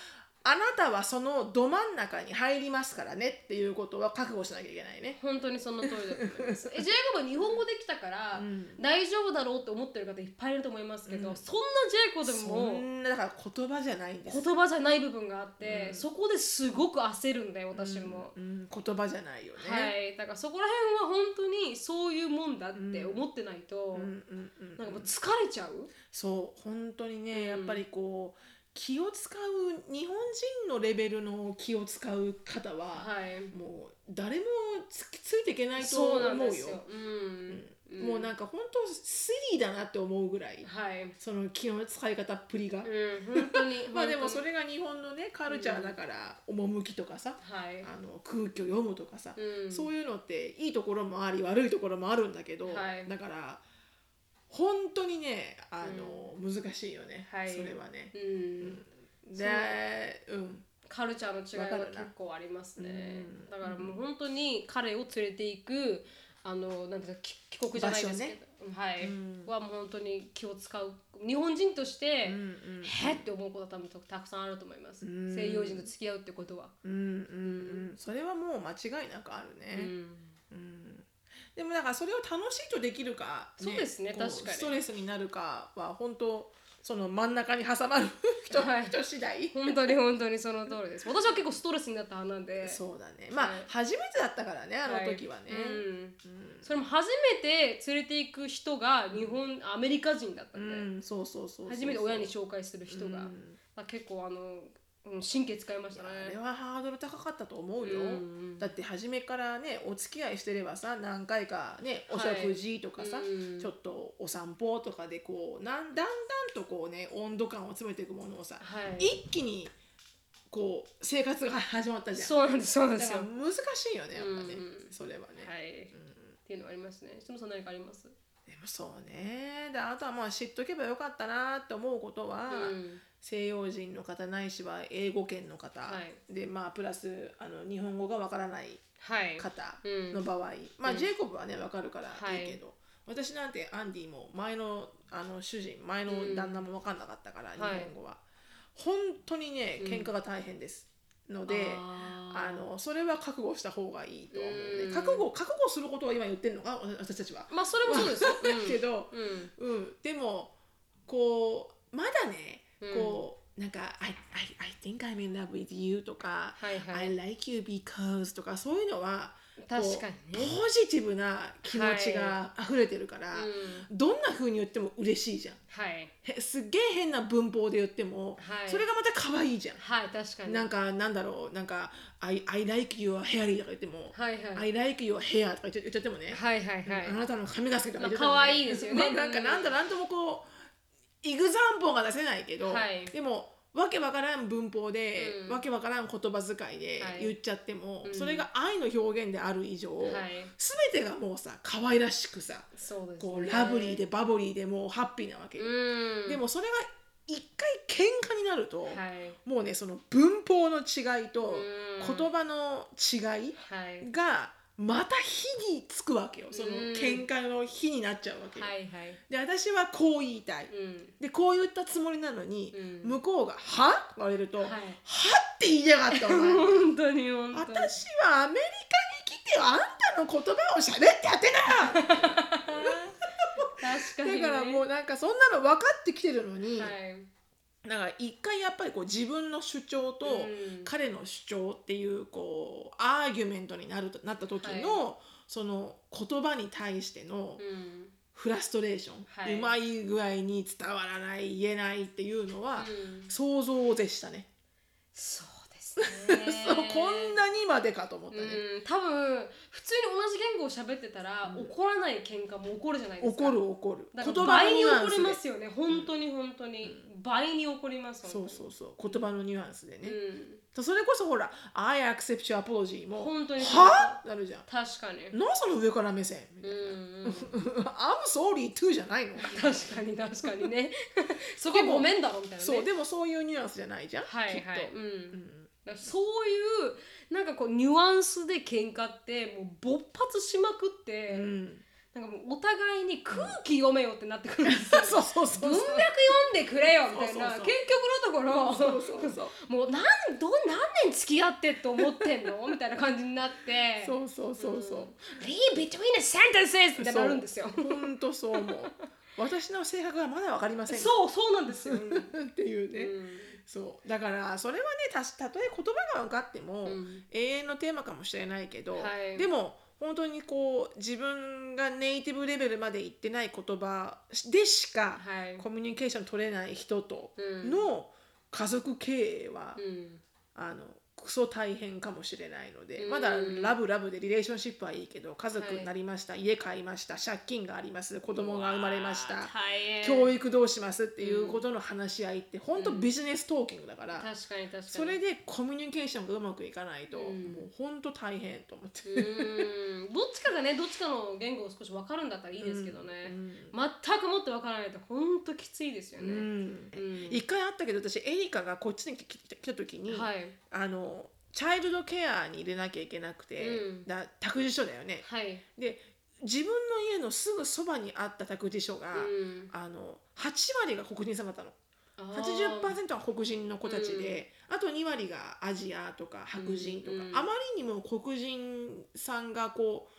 あなたはそのど真ん中に入りますからねっていうことは覚悟しなきゃいけないね
本当にその通りだと思いますえジェイコブは日本語できたから、
うん
大丈夫だろうって思ってる方いっぱいいると思いますけど、
うん
そんなジェイコブ
そ
でも
んなだから言葉じゃないんです
言葉じゃない部分があって、
うん
そこですごく焦るんだよ私も、
うん、言葉じゃないよね、
はいだからそこら辺は本当にそういうもんだって思ってないと、
うんうんうん、
なんかもう疲れちゃう、
そう本当にね、
うん
やっぱりこう気を使う日本人のレベルの気を使う方は、
はい
もう誰もつついていけないと
そう
思う
なんで
よ
すよ、うん
うんもうなんか本当スリーだなって思うぐらい
はい、うん、
その気の使い方っぷりが、
本当 に
まあでもそ
れ
れが日本のねカルチャーだから、趣とかさ
はい、
あの空気を読むとかさ、
うん、
そういうのっていいところもあり悪いところもあるんだけど、
はい
だから本当にねあの、難しいよね、
はい
それはね。
うん
でうん
カルチャーの違いは結構ありますね
うん
だからもう本当に彼を連れていくあのなんていうかき帰国じゃないですけど、うんはい、
うん
はもう本当に気を使う日本人として、
うん
へっって思うことは多分たくさんあると思います、
うん
西洋人と付き合うってことは、
うんうんうんうんそれはもう間違いなくある
う
ね、
ん
うんでもなんかそれを楽しいとできるか、
そうですね
こう
確かに
ストレスになるかは本当その真ん中に挟ま る人,、
はい
人次第
本当に本当にその通りです私は結構ストレスになった派なんで
そうだねまあ、
はい
初めてだったからねあの時はね、
いうん
うん
それも初めて連れていく人が日本アメリカ人だったんで、
うん、そうそうそうそう
初めて親に紹介する人が、
うん
まあ、結構あの、うん、神経使いましたね
あれはハードル高かったと思うよ、
うん
だって初めからねお付き合いしてればさ何回かねお食事とかさ、
うん
ちょっとお散歩とかでこうなんだんだんとこうね温度感を詰めていくものをさ、
はい
一気にこう生活が始まったじゃん
そうなんですそうなん
だ
で
か
すよ
ら難しいよねやっぱね、
うん
それはね、
はい、っていうのがありますね。そもそも何かあります。
でもそうねであとはまあ知っとけばよかったなって思うことは、
うん
西洋人の方ないしは英語圏の方、
は
でまあプラスあの日本語がわからない
はい。
方
うん
の場合、まあ
うん
ジェイコブはねわかるから
はい
いいけど、私なんてアンディも前のあの主人前の
うん
旦那もわかんなかったから、日
はい
本語は本当にね
うん
喧嘩が大変です、のであ
あー
のそれは覚悟した方がいいとは思うね、
うん
覚悟覚悟することを今言ってるのか私私たちは。
まあ、それもそうですよ。うん
けど、
うん。
うん、でもこうまだね、
うん
こうなんか「I, I, I think I'm in love with you」とか
はい
「
はい。
I like you because」とかそういうのは
確かに
ポ
ね。
ジティブな気持ちが溢れてるから、
うん
どんな風に言っても嬉しいじゃん
はい。
へすっげえ変な文法で言っても、
はい
それがまた可愛いじゃん。
はい、確かに。
なんかなんだろうなんか「I, I like your hairy」とか言っても「
はいはい。
I like your hair」とか言っちゃ言っちゃってもね、
はいはいはい
あ。なたの髪が好きとか言ってた
まあ可愛いですよね
なんかなんだなんともこうイグザンポーが出せないけど、
はい
でもわけわからん文法で、
うん
わけわからん言葉遣いで
はい
言っちゃっても、
うん
それが愛の表現である以上、
はい
すべてがもうさ可愛らしくさ
そうです、ね。
こうラブリーで。バブリーでもうハッピーなわけ、
うん。
で。もそれが一回喧嘩になると、
はい。
もうねその文法の違いと
うん
言葉の違い、
はい。
がまた火につくわけよその
うん
喧嘩の火になっちゃうわけよ、
はいはい。
で私はこう言いたい、
うん。
でこう言ったつもりなのに、
うん
向こうが「は?」って言われると「
はい
は?」って言いやがったお前
本当に本当に。
私はアメリカに来てあんたの言葉を喋ってやってなよ
確かに、ね。
だからも
う。
うなんかそんなの分かってきてるのに、
はい。
なんか一回やっぱりこう自分の主張と
うん
彼の主張っていうこうアーギュメントになるとなった時の、その言葉に対しての
うん。
フラストレーション、
はいう
まい具合に伝わらない言えないっていうのは
うん
想像でしたね、。
そうですね
そうこんなにまでかと思ったね、
うん、多分普通に同じ言語を喋ってたら、怒らない喧嘩も起こるじゃないですか
怒る怒る
だから
の
倍に
ニュア
怒
ンス
り
で
ますよね本当に本当に、倍に怒ります
そうそうそう言葉のニュアンスでね
う、ん、
それこそほら「I accept your apology も」
本当にそう
はなるじゃん
確かに
何その上から目線みた
う
いな、
んうん
I'm sorry too じゃないの
確かに確かに ねそこごめんだろみたいなね
そうでもそういうニュアンスじゃないじゃん、
はい
きっ
は
と
い、う、
うんん
だからそういうなんかこうニュアンスで喧嘩ってもう勃発しまくって、
うん、
なんかもうお互いに空気読めよってなってくるんですよ
そうそう そうそう
文脈読んでくれよみたいな
そうそうそう
結局のところ
そうそうそう
もうなんどう何年付き合ってって思ってん のみたいな感じになって
そうそうそうそう
「Read between the sentences」ってなるんですよ。
ほんとそう思う私の性格はまだわかりません
そうそうなんですよ。
っていうね、
うん
そうだからそれはねたしたとえ言葉が分かっても、
うん
永遠のテーマかもしれないけど、
はい
でも本当にこう自分がネイティブレベルまでいってない言葉でしか、
はい
コミュニケーション取れない人と
うん
の家族経営は、
うん
あのクソ大変かもしれないので、
うん
まだラブラブでリレーションシップはいいけど家族になりました、家買いました借金があります子供が生まれまし
うわ
た
ー大変
教育どうしますっていうことの話し合いって本当ビジネストーキングだから、
確かに確かに
それでコミュニケーションがうまくいかないと、
うん
もう本当大変と思って。
うーんどっちかがねどっちかの言語を少し分かるんだったらいいですけどね、全くもって分からないとほんときついですよ
うんう
ね、
ん
うん
一回あったけど私エリカがこっちに来来来た時に、
はい
あのチャイルドケアに入れなきゃいけなくて、
うん
だ託児所だよね。
はい、
で自分の家のすぐそばにあった託児所が、
うん、
あの8割が黒人様だったの
あー
80%は黒人の子たちで、あと2割がアジアとか白人とか、
うんうん
あまりにも黒人さんがこう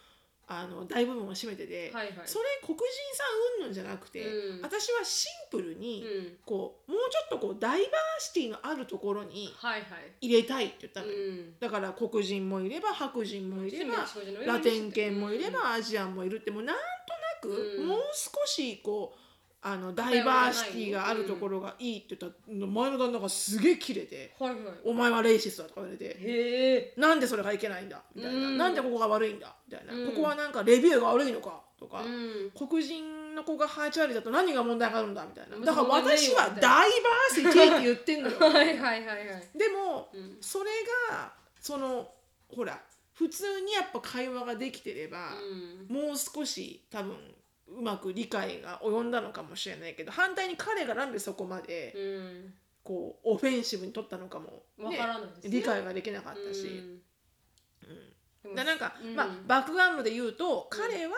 あの大部分を占めてて、
はいはい
それ黒人さんうんぬんじゃなくて、
うん
私はシンプルに、
うん
こうもうちょっとこうダイバーシティのあるところに
はいはい
入れたいって言ったのよ、
うん
だから黒人もいれば白人もいれば
メキシコ人の
ラテン系もいれ
うん
ばアジアンもいるってもうなんとなく
うん
もう少しこうあのダイバーシティがあるところがいいって言ったの前の旦那がすげえキレて
はいはい
「お前はレイシストだ」とか言われて
へえ
「なんでそれがいけないんだ」みたいな
う
「
ん
なんでここが悪いんだ」みたいな
うん
「ここはなんかレビューが悪いのか」とか
う。ん
黒人の子が8割だと何が問題があるんだみたいな
うん
だから
そんなことないよ
私はダイバーシティって言ってんの よ
はいはいはいはい
でも、
うん
それがそのほら普通にやっぱ会話ができてれば、
うん
もう少し多分うまく理解が及んだのかもしれないけど反対に彼がなんでそこまで
うん
こうオフェンシブに取ったのかも、
わからないですね
理解ができなかったし、
うん
だなんか、
うん
まあ、バックグラウンドで言うと彼は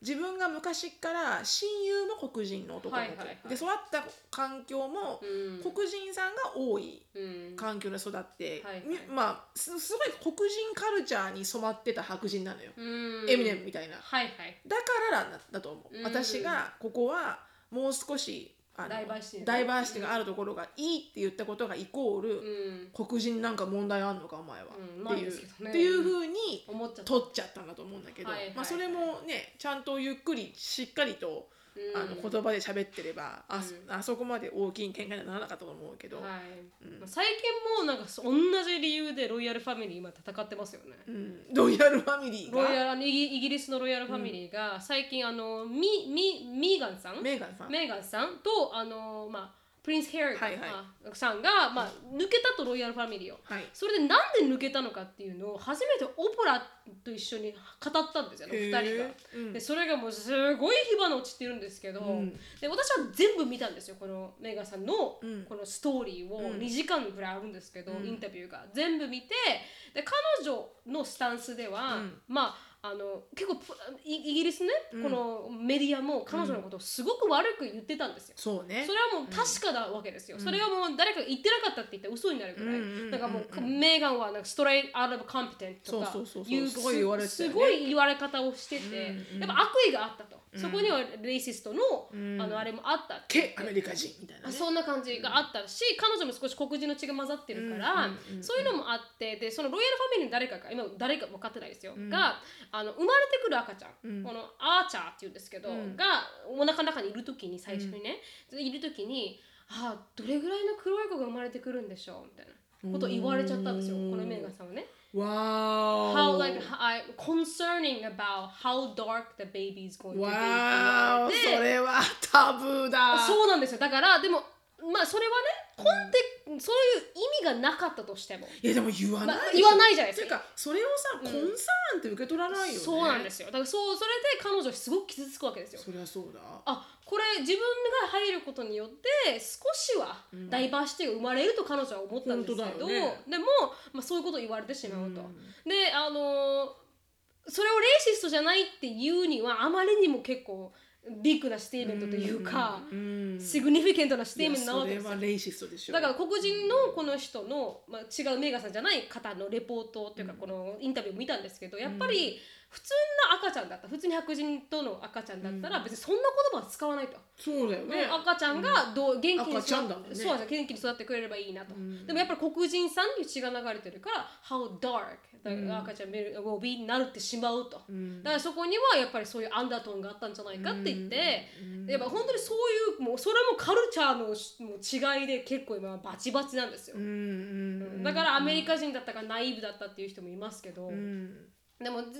自分が昔から親友も黒人の男の子、
はいはいはい
で育った環境も
うん
黒人さんが多い
うん
環境で育って、
はいはい
みまあすすごい黒人カルチャーに染まってた白人なのよ、
うん
エミネムみたいな
はいはい
だからなんだだと思う、
うん
私がここはもう少しあの
ダイバーシティね
ダイバーシティがあるところがいいって言ったことがイコール、
うん
黒人なんか問題あんのかお前は、
うん
って
ない
い
で
う、
すけどね
っていうふうに
思っちゃった
取っちゃったんだと思うんだけど、
はいはいはい
まあ、それもねちゃんとゆっくりしっかりと、
うん
あの言葉で喋ってればあ,、
うん
あそこまで大きい喧嘩にはならなかったと思うけど、
はい、
うん
まあ最近もうなんかそ同じ理由でロイヤルファミリー今戦ってますよね。
うん、ロイヤルファミリーが
ロイヤルあのイギイギリスのロイヤルファミリーが最近あのミミミーガンさん
メーガンさん。
メーガンさんとあのまあプリンス・ヘアリー
はいはい
あさんが、まあ、抜けたとロイヤルファミリーを
はい。
それでなんで抜けたのかっていうのを初めてオプラと一緒に語ったんですよね2人が
へ。ーうん
でそれがもうすごい火花落ちてるんですけど、
うん
で私は全部見たんですよこのメーガンさんの
うん
このストーリーを
うん
2時間ぐらいあるんですけど、
うん
インタビューが全部見てで彼女のスタンスでは、
うん
まああの結構プイイギリスね、
うん
このメディアも彼女のことをすごく悪く言ってたんですよ。
そうね
そ。れはもう確かなわけですよ、
うん
それはもう誰かが言ってなかったって言ったら嘘になるぐらい、
うんうんうんうん
なんかもうメーガンはなんかストレイアウトコンピテントとか
そうそうそうそう
いう
すごい言われてた
す
よね
ごい言われ方をしてて、
うんうん
やっぱ悪意があったと、そこにはレイシストの,、
うん
あのあれもあったって言っ
け
て
アメリカ人みたいな、
あ
ね。
そんな感じがあったし、彼女も少し黒人の血が混ざってるから、
うんうんうんうん
そういうのもあってでそのロイヤルファミリーの誰かが今誰か分かってないですよ、
うん
があの生まれてくる赤ちゃん、
うん
このアーチャーっていうんですけど、
うん
がお腹の中にいる時に最初にね、いる時に「ああどれぐらいの黒い子が生まれてくるんでしょう」みたいなことを言われちゃったんですよ
うん
このメーガンさんはね。
わー
How like I concerning about how dark the baby is going to be って言わ
わー
れて
それはタブーだ。
そうなんですよだからでもまあそれはね根底、そういう意味がなかったとしても、
いやでも言わない
まあ
でしょ、
言わないじゃない
って
で
い
すか
うかそれをさ、
うん
コンサーンって受け取らないよね。。
そうなんですすよだからそうそれで彼女すごく傷つくわけですよ
そりゃそうだ。
あこれ自分が入ることによって少しは
うん
ダイバーシティが生まれると彼女は思ったんですけ
本当
ど、
だよね
でも、まあ、そういうことを言われてしまうと、
うん
であのーそれをレイシストじゃないっていうにはあまりにも結構ビッグなステートメントというか、
うん
シグニフィケントなステー
い
トメ
や
ントなわ
そ
けで
れ
すよ
はレイシストでしょ。
だから黒人のこの人の、まあ、違うメーガンさんじゃない方のレポートというかこのインタビューを見たんですけどやっぱり普通の赤ちゃんだった普通に白人との赤ちゃんだったら、別にそんな言葉は使わないと、
そうだよね
ね、赤ちゃんがどう元気に
赤ちゃんだ
育
もん
っ
ね
てそうだ元気に育ってくれればいいなと、
うん
でもやっぱり黒人さんに血が流れてるから「How dark」だから赤ちゃんベルを B になるってしまうと、
うん
だからそこにはやっぱりそういうアンダートーンがあったんじゃないかって言って、
うん
やっぱ本当にそういうもうそれもカルチャーのしもう違いで結構今バチバチなんですよ、
うんうん
だからアメリカ人だったかナイーブだったっていう人もいますけど、
うん
でもやっぱ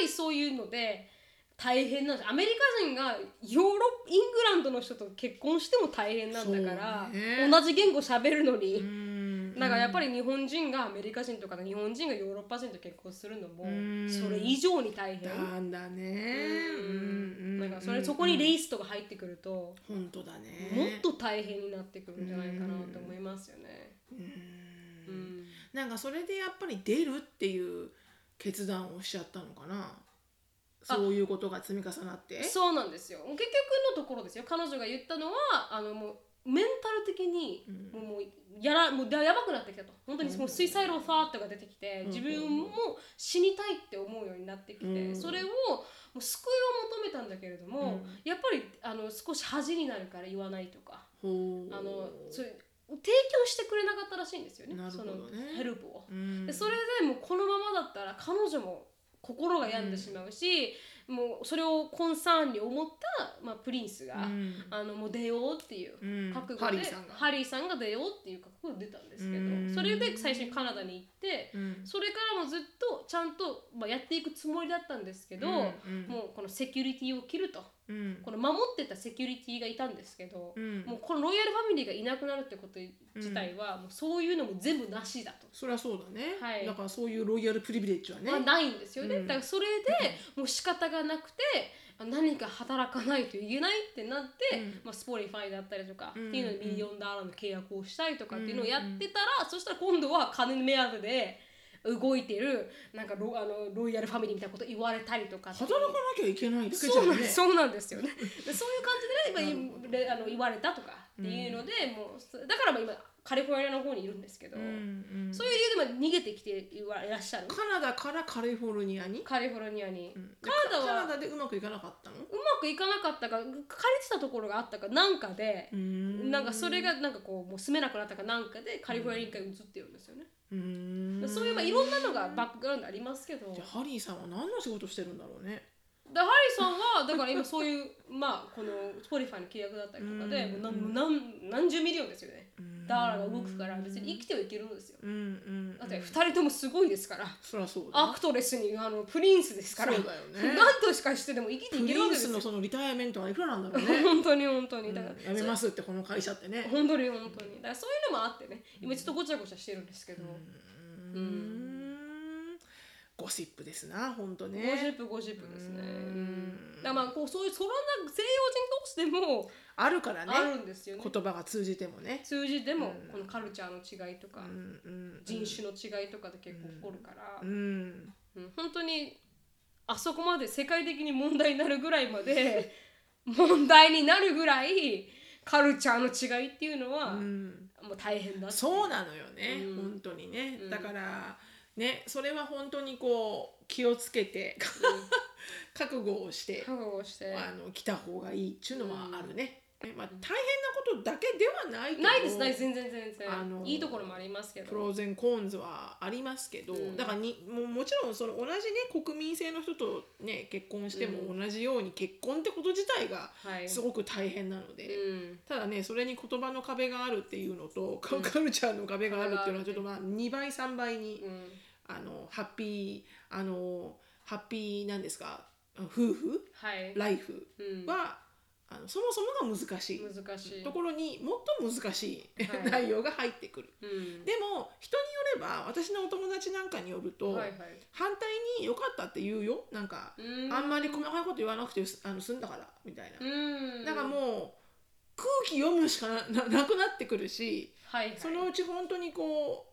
りそういうので大変なんですアメリカ人がヨーロッイングランドの人と結婚しても大変なんだから、
そうね
同じ言語喋るのに、
うん
だからやっぱり日本人がアメリカ人とか日本人がヨーロッパ人と結婚するのも
うん
それ以上に大変。
なんだね
う
うんん
なんかそれそこにレイスとか入ってくると
本当だね
もっと大変になってくるんじゃないかなと思いますよね。
うん
うん
なんかそれでやっぱり出るっていう決断をしちゃったのかなそういうことが積み重なって
そうなんですよ結局のところですよ彼女が言ったのはあのもうメンタル的に
う
も
ん
うもうやらもうだやばくなってきたと本当に
うん
もう水彩ロファートが出てきて
ん
自分も死にたいって思うようになってきて、
うん
それをもう救いを求めたんだけれども、
うん
やっぱりあの少し恥になるから言わないとか
ほう
あのそういう提供してくれなかったらしいんですよね
なるほどね
そのヘルプを。
うん
でそれでもうこのままだったら彼女も心が病んでしまうし、もうそれをコンサーンに思った、まあ、プリンスが、
うん
あのもう出ようっていう
うん
覚悟
ハ
で、
リーさんが
ハリーさんが出ようっていう覚悟で出たんですけど、
うん
それで最初にカナダに行って
うん
それからもずっとちゃんと、まあ、やっていくつもりだったんですけど、
うん
もうこのセキュリティを切ると
うん
この守ってたセキュリティがいたんですけど、
うん
もうこのロイヤルファミリーがいなくなるってこと自体は、もうそういうのも全部なしだと。
そりゃそうだね、
はい
だからそういうロイヤルプリビレッジはね、
まあ、ないんですよね、
うん
だからそれでもう仕方がなくてあ何か働かないといけないってなって、
うん
まあ、スポリファイだったりとか、
うん
っていうのでミリオンダーラーの契約をしたりとかっていうのをやってたら、そしたら今度は金目当てで動いてるなんかロあのロイヤルファミリーみたいなこと言われたりとかっていう
働かなきゃいけないだけじ
そ
ゃ
うなん
ね
そうなんです よね。でそういう感じで、
なる
ま
ほ
あ、れあの言われたとかっていうので、もうそだからまあ今カリフォルニアの方にいるんですけど、
うんうん
そういう理由でまあ逃げてきていわいらっしゃる
カナダからカリフォルニアに、
カリフォルニアに。
うんで
カナダは
カナダでうまくいかなかったの
うまくいかなかったか借りてたところがあったかなんかで、なんかそれがなんかこうもう住めなくなったかなんかでカリフォルニアに一回移ってるんですよね、
うん
そういうまあいろんなのがバックグラウンドありますけど
じゃあハリーさんは何の仕事してるんだろうね
だハリーさんはだから今そういうまあこの Spotify の契約だったりとかで
う
も
ん
う何何何十ミリオンですよね
うん
ダーラが動くから別に生きてはいけるんですよ
うんうん
だって2人ともすごいですから
そりゃそうだ
アクトレスにあのプリンスですから
そうだよね
何としかしてでも生きて
プ
いけるわ
リ
け
ン
です
ス
よ
のそのリタイアメントはいくらなん だろうね、
本当に本当にだから、
うんやめますってこの会社ってね
本当に本当にだからそういうのもあってね今ちょっとごちゃごちゃしてるんですけど、
うーんゴシップですな本当ね
50分50分ですね、
うん
うんだからまあこうそういうそんな西洋人同士でも
あるからね
あるんですよね
言葉が通じてもね、
数字でも
うん
このカルチャーの違いとか、
うんうん、
人種の違いとかで結構起こるから、
うん
うん本当にあそこまで世界的に問題になるぐらいま で問題になるぐらいカルチャーの違いっていうのは、
うん、
もう大変だって
そうなのよね、
うん
本当にね、
うん
だからねそれは本当にこう気をつけて 覚悟をして、
覚悟をして。
あの来た方がいいっていうのはあるね、ねまあ、大変なことだけではないけど
ないですないです全然全然、
あの
いいところもありますけど
プロゼンコーンズはありますけど、
うん
だからにもうもちろんその同じね国民性の人とね結婚して
う
も同じように結婚ってこと自体が
はい
すごく大変なので、
うん
ただねそれに言葉の壁があるっていうのとカカルチャーの壁があるっていうのはちょっとまあ2倍3倍に、
うん
あのハッピーあのハッピーなんですか夫婦
はい、
ライフ
うん、
は、あのそもそもが難しい
難しい
ところにもっと難しい、
はい
内容が入ってくる。
うん、
でも人によれば私のお友達なんかによると、
はいはい
反対に良かったって言うよなんか、
うん
あんまり細かいこと言わなくてすあの済んだからみたいな、
うん
だから
う
もう空気読むしかなななくなってくるし、
はいはい
そのうち本当にこう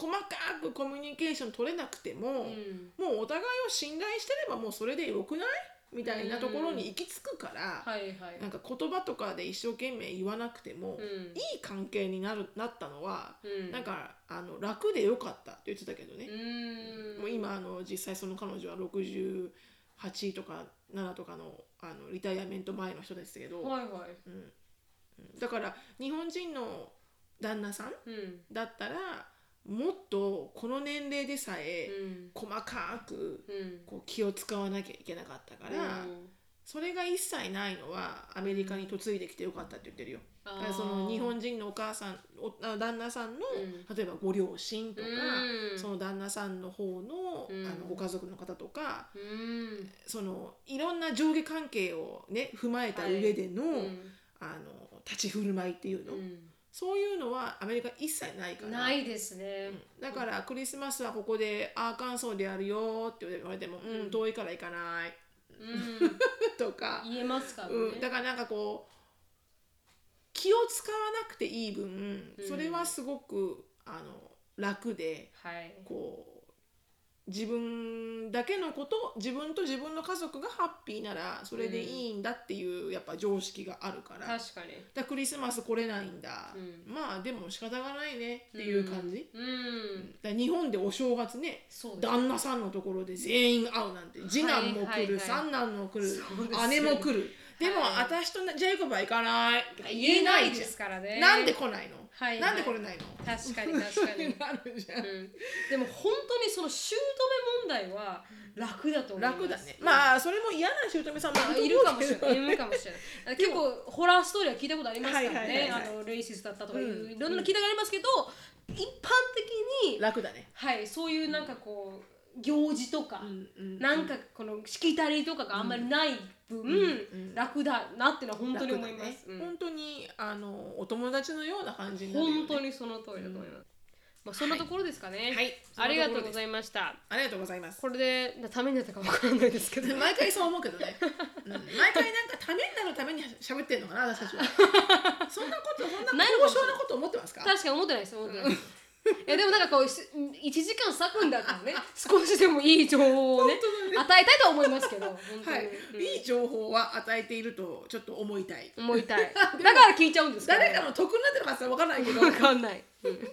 細かくコミュニケーション取れなくても、
うん
もうお互いを信頼してればもうそれでよくないみたいなところに行き着くから、
はいはい
なんか言葉とかで一生懸命言わなくても、
うん
いい関係になるなったのは、
うん
なんかあの楽でよかったって言ってたけど
う
ね、
ーん
もう今あの実際その彼女は68とか7とかのあのリタイアメント前の人ですけど、
はいはい
うんうんだから日本人の旦那さん
うん
だったらもっとこの年齢で
う
さえ
ん
細かく
うん
こう気を使わなきゃいけなかったから、
うん
それが一切ないのはアメリカに嫁いできてよかったって言ってるよ。
あ
だ
ー
からその日本人のお母さんおあ旦那さんの、
う
例えばご両親とか、
うん
その旦那さんの方の,、
うん
あのご家族の方とか
うん
そのいろんな上下関係を、ね、踏まえた上での,、
うん
あの立ち振る舞いっていうの、そういうのはアメリカ一切ないか
うん
ら
ないですね
うんだからクリスマスはここでアーカンソーでやるよって言われても、うん、遠いから行かない
うん
とか、
言えますからね
うん、だからなんかこう気を使わなくていい分
うん
それはすごくあの楽で
はい
こう自分だけのこと自分と自分の家族がハッピーならそれでいいんだっていうやっぱ常識があるから,、だか
確かに
らクリスマス来れないんだ、
う
まあでも仕方がないねっていう感じ。
うんうん
だから日本でお正月ね
そうです
旦那さんのところで全員会うなんて次男も来る、
はいはいはい
三男も来る
そうですよ
姉も来るでも、
はい
私とジェイコブは行かないとか
言
言
え
え
な
ないい
で
じゃん
すからね
なんで来ないの、
はいはい
なんで来れないの
確かに確 かに
なるじゃん、
うんでも本当にその姑問題は楽だと思います
楽だね
あ
まあそれも嫌な姑さんも
あ
い
いる
ると
か
思
も
う
し
け
れないいるかもしれない結構ホラーストーリーは聞いたことありますからね、
はいはいはいはい
あのレイシストだったとかいう、
うん
いろんなの聞いたことありますけど、一般的に
ど楽だね、
はいそういうなんかこう行事とか、
うん
なんかこのしきたりとかがあんまりない分、
ん
楽だなってのは本当に思いま
楽
す、
だ
うん
ね、本当にあのお友達のような感じになるよ、ね、
本当にその通りだと思います、まあそんなところですかね
はい
ありがとうございました
ありがとうございます
これでなためになったかわからないですけど
毎回そう思う けどね、うん毎回なんかためになるために喋ってんのかな私た ちはそんなことそんな
ないのかも
高
しれ
尚
ない
なこと思ってますか
確かに思ってないです思ってないです いやでもなんかこうし1時間割くんだったらね少しでもいい情報をね
本当だね
与えたいとは思いますけど本当に、
はい、いい情報は与えているとちょっと思いたい
うん思い たいだから聞いちゃうんです
誰
か
かの得になってるかさ分からないけ ど
わかんない、うん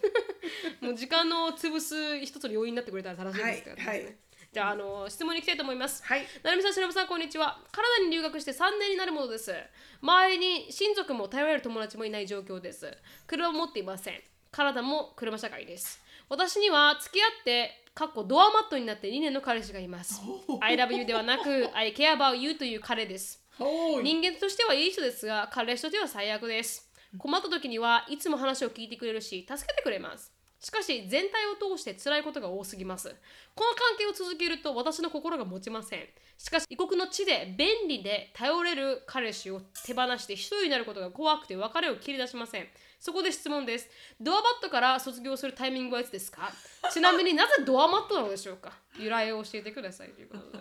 もう時間の潰す一つの要因になってくれたら正しいですから、
はいはい
じゃああの質問に行きたいと思います
はい
なるみさん、しのぶさん、こんにちは。カナダに留学して3年になるものです。周りに親族も頼れる友達もいない状況です。車を持っていません。カナダも車社会です。私には付き合って、かっこドアマットになって2年の彼氏がいます。I love you ではなく、I care about you という彼です。
おーい
人間としてはいい人ですが彼氏としては最悪です困った時にはいつも話を聞いてくれるし助けてくれますしかし全体を通して辛いことが多すぎますこの関係を続けると私の心が持ちませんしかし異国の地で便利で頼れる彼氏を手放して一人になることが怖くて別れを切り出しませんそこで質問ですドアマットから卒業するタイミングはいつですかちなみ になぜドアマットなのでしょうか由来を教えてくださいということで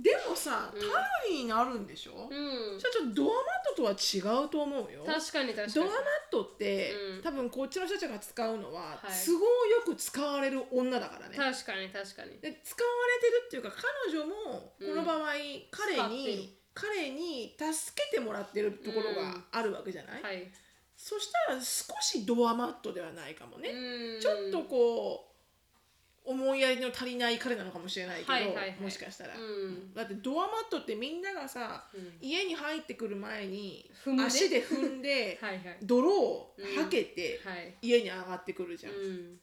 でもさ頼りになるんでしょ、
うん
それちょっとドアマットとは違うと思うよ
確かに確か
ドア
に
マットって、
うん
多分こっちの人たちが使うの
はい
は、都合よく使われる女だからね
確かに確かに
で使われてるっていうか彼女もこの場合、
使っ
彼
てる
に彼に助けてもらってるところがあるわけじゃない、
はい、
そしたら少しドアマットではないかもね、
うん
ちょっとこう思いやりの足りない彼なのかもしれないけど、
はいはいはい
もしかしたら、
うん
だってドアマットってみんながさ、
うん
家に入ってくる前に
踏むね
足で踏んで
はいはい
泥をはけて
はい
家に上がってくるじゃん、
うん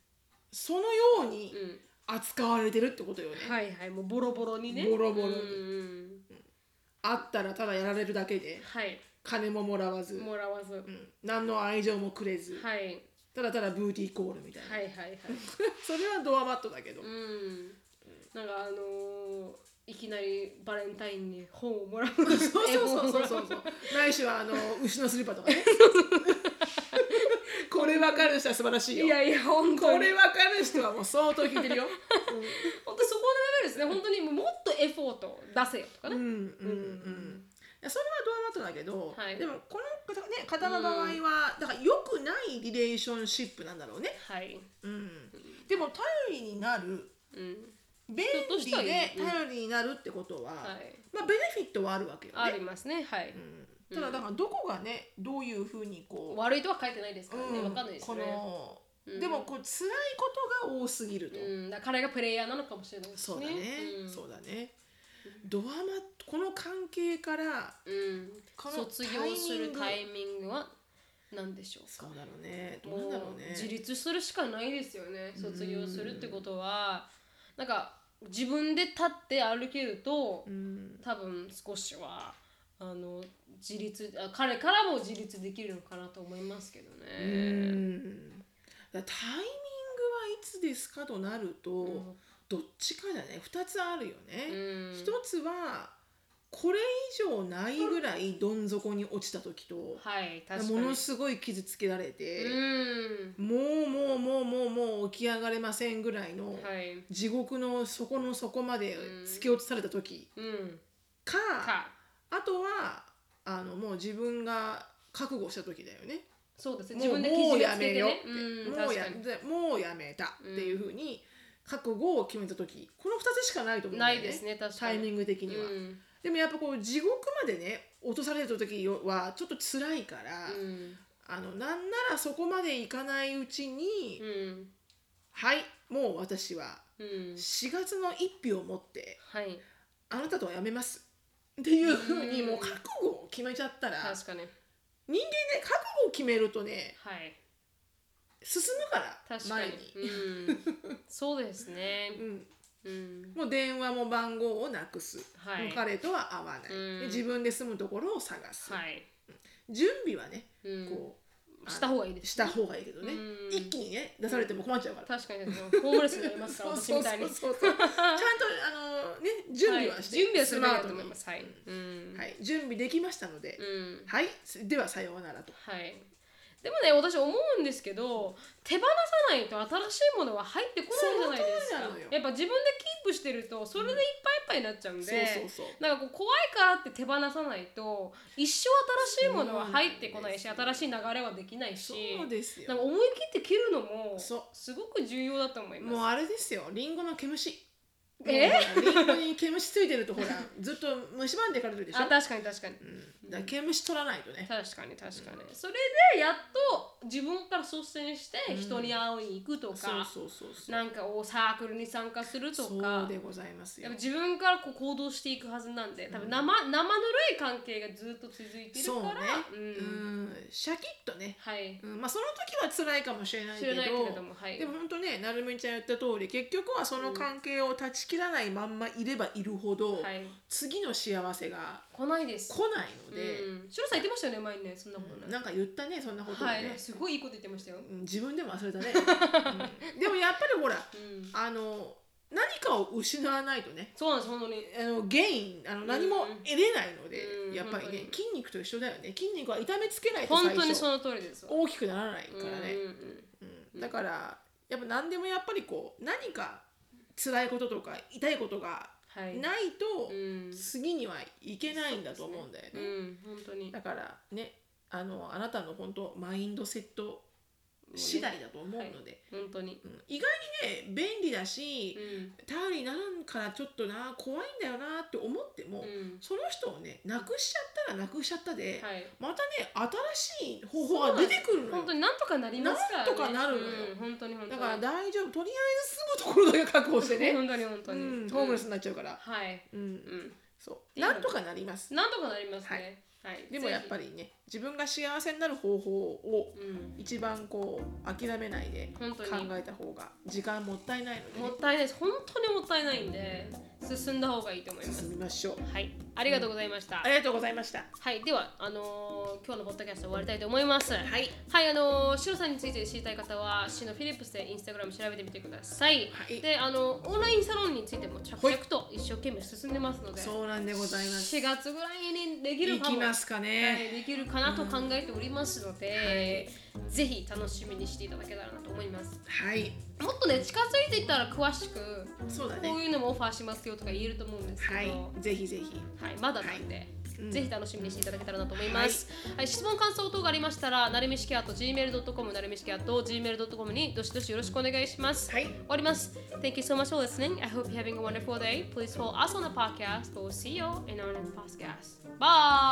そのように
う
扱われてるってことよね、
んはいはいもうボロボロにね
ボロボロに
うん
あったらただやられるだけで
はい
金ももらわず、
もらわずは
うん何の愛情もくれず、
いはい
ただただブーティーコールみたいな、
はいはい
それはドアマットだけど、
うんなんかあのーいきなりバレンタインに本をもらうそう
そうそうそうそうそうないしはあの牛のスリッパ とかねこれ分かる人は素晴らしいよ
いやいや本
こ
当に
れ分かる人はもう相当聞いてる よ、
本当そこのレベルですね本当にもうもっとエフォートを出せよとか
うん、う
ね、
んうんうんいやそれはドアマットだけど、
はい
でもこの方,、ね、方の場合は、だから良くないリレーションシップなんだろうね、
はい
うん、でも頼りになる
うん
便
ょっとし
利
た
で
うん
頼りになるってことは、
はい、
まあ、ベネフィットはあるわけよ
あ
ね
り。ますねはい、
うん、ただだからどこがねどういうふうにこう、
悪いとは書いてないですからね、
う
わかんないです
こ
ね
の、
うん
でもこう辛いことが多すぎると、
うん、だから彼がプレイヤーなのかもしれないですね
そうだね
ん、
そうだねドアマこの関係から
うん、
この
卒業するタ
タイ
イミングは何でしょう
そうだろうねどうなんだろ
も
う
う
ね
自立するしかないですよね卒業するってことはなんか自分で立って歩けると
うん
多分少しはあの自立あ彼からも自立できるのかなと思いますけど
う
ね。
んだからタイミングはいつですかとなると、どっちかだね2つあるよ
う
ね、
ん
一1つはこれ以上ないぐらいどん底に落ちた時と、
はい確かに
ものすごい傷つけられて、
うん
もうもうもうもうもう起き上がれませんぐらい
は
の、
い
地獄の底の底まで
うん
突き落とされた時
うん
か,、
か
あとはあのもう自分が覚悟した時だよね。
そうですね
も
自分
う
で基
もう
準を
や
つけ
め
て
よ
ね
って、
うん
もう
確
や
かに
もうやめたっていうふうに覚悟を決めた時この2つしかないと思うんだ
な
よ
いですね確か
タ
に
イミング的には、
うん
でもやっぱこう地獄までね落とされた時はちょっと辛いから、
うん
あのなんならそこまでいかないうちに、
うん
はいもう私は
うん
4月の1票を持って
はい
あなたとはやめますっていうふうに
うん
もう覚悟を決めちゃったら、
確かに
人間ね覚悟を決めるとね
はい
進むから
確か
前
に
に、
うん、そうですね
う、ん、
うん、
もう電話も番号をなくす、
はい
もう彼とは会わない、
うん
で自分で住むところを探す、
はい、
準備はね
うん、
こう、あの
した方がいいです
した方がいいけどね、
うん
一気にね出されても困っちゃうから、
確かにホームレスになりますから私みたいに
そう そうそうそうちゃんとあのね準備はして、
い、準備はす
ス
る
マ
べきだ
ー
と
トに
思いますはい、うん
はい、準備できましたので、
うん
はいではさようならと
はい、でもね私思うんですけど手放さないと新しいものは入ってこないじゃないです
その
か
通りなのよ
やっぱ自分でキープしてるとそれでいっぱいいっぱいになっちゃうんで、
そうそうそう
なんかこう怖いからって手放さないと一生新しいものは入ってこないし
そうな
新しい流れはできないし
そうです
な
よ
んか思い切って切るのもす
そう
ごく重要だと思います。
もうあれですよリンゴの毛虫
え
もうリンゴに毛虫ついてるとほ らずっと蝕んでいかれるでしょ
あ確かに確かに
うん、だから毛虫取らないとね
確かに確かに、それでやっと自分から率先して人に会いに行くと
そう
か、
そうそうそう
なんかおサークルに参加すると
そ
か
うでございます
や
よ
っぱ自分からこう行動していくはずなんで多分生,、生ぬるい関係がずっと続いてる
そう
か
ね
ら、
う
うん
んシャキッとね、
はい
うんまあ、その時は辛いかもしれない
知
けど
らないけれどもはい
でも本当ねなるみちゃん言った通り結局はその関係を断ち切らないまんまいればいるほど、
はい、
次の幸せが
来ないです
来ないので、
うん、シロさん言ってましたよね前にねそんなことない、
なんか言ったねそんなことをね、
はいすごいいいこと言ってましたよ、
うん自分でも忘れたね、 うんでもやっぱりほら
うん、
あの何かを失わないとね
そうなんです本当に
あのゲインあの何も得れないので、
うん
やっぱりね
うん
筋肉と一緒だよね筋肉は痛めつけないと
本
最
当に
初
その通りですわ
大きくならないからね
う、んうんうん
うんだからやっぱ何でもやっぱりこう何か辛いこととか痛いことが
はい
ないと
うん
次にはいけないんだと思うんだよね。
うん本当に
だからねあのあなたの本当マインドセット次第だと思うので、
本当に、
うん意外にね便利だし
う、ん
頼りにならんからちょっとな怖いんだよなって思って
う
も、
ん、
その人をねなくしちゃったらなくしちゃったで、
はい
またね新しい方法が出てくるのよ
本当。になんとかなりますから、ね、
なんとかなるのよ
うん、本当に本当
だ
に
から大丈夫とりあえず住むところだけ確保してね、
本当に本当に、
うん、ホームレス
うん
になっちゃうから、
はい、
うん
う
そうなんとかなります
ん、なんとかなりますねはい、
でもやっぱ
り
りね自分が幸せになる方法を
うん
一番こう諦めないで考
本当に
えた方が時間もったいないので
も
ね、
ったいないです本当にもったいないんで進んだ方がいいと思います
進みましょう
はいありがとうございました、
ありがとうございました、
はい、では、あのー今日のポッドキャスト終わりたいと思います。はいはい、あのー、シロさんについて知りたい方は、シノフィリップスでインスタグラム調べてみてください。
はい
で、あのーオンラインサロンについても着々と一生懸命進んでますので、
そうなんでございます
4月ぐらいにできる
行
かも
きますか
はい、
ね、
できるかなと考えておりますので、ぜひ楽しみにしていただけたらなと思います。
はい、
もっとね、近づいていったら詳しく、
そうだ
こう
ね
いうのもオファーしますよとか言えると思うんですけど、
は
はい、
いぜひぜひ
まだなんで、です、ぜひ楽しみにしていただけたらなと思います、はい質問感想等がありましたらなるみしきあと gmail.com なるみしきあと gmail.com にどしどしよろしくお願いします、
はい
終わります Thank you so much for listening I hope you're having a wonderful day Please follow us on the podcast We'll see you in our next podcast Bye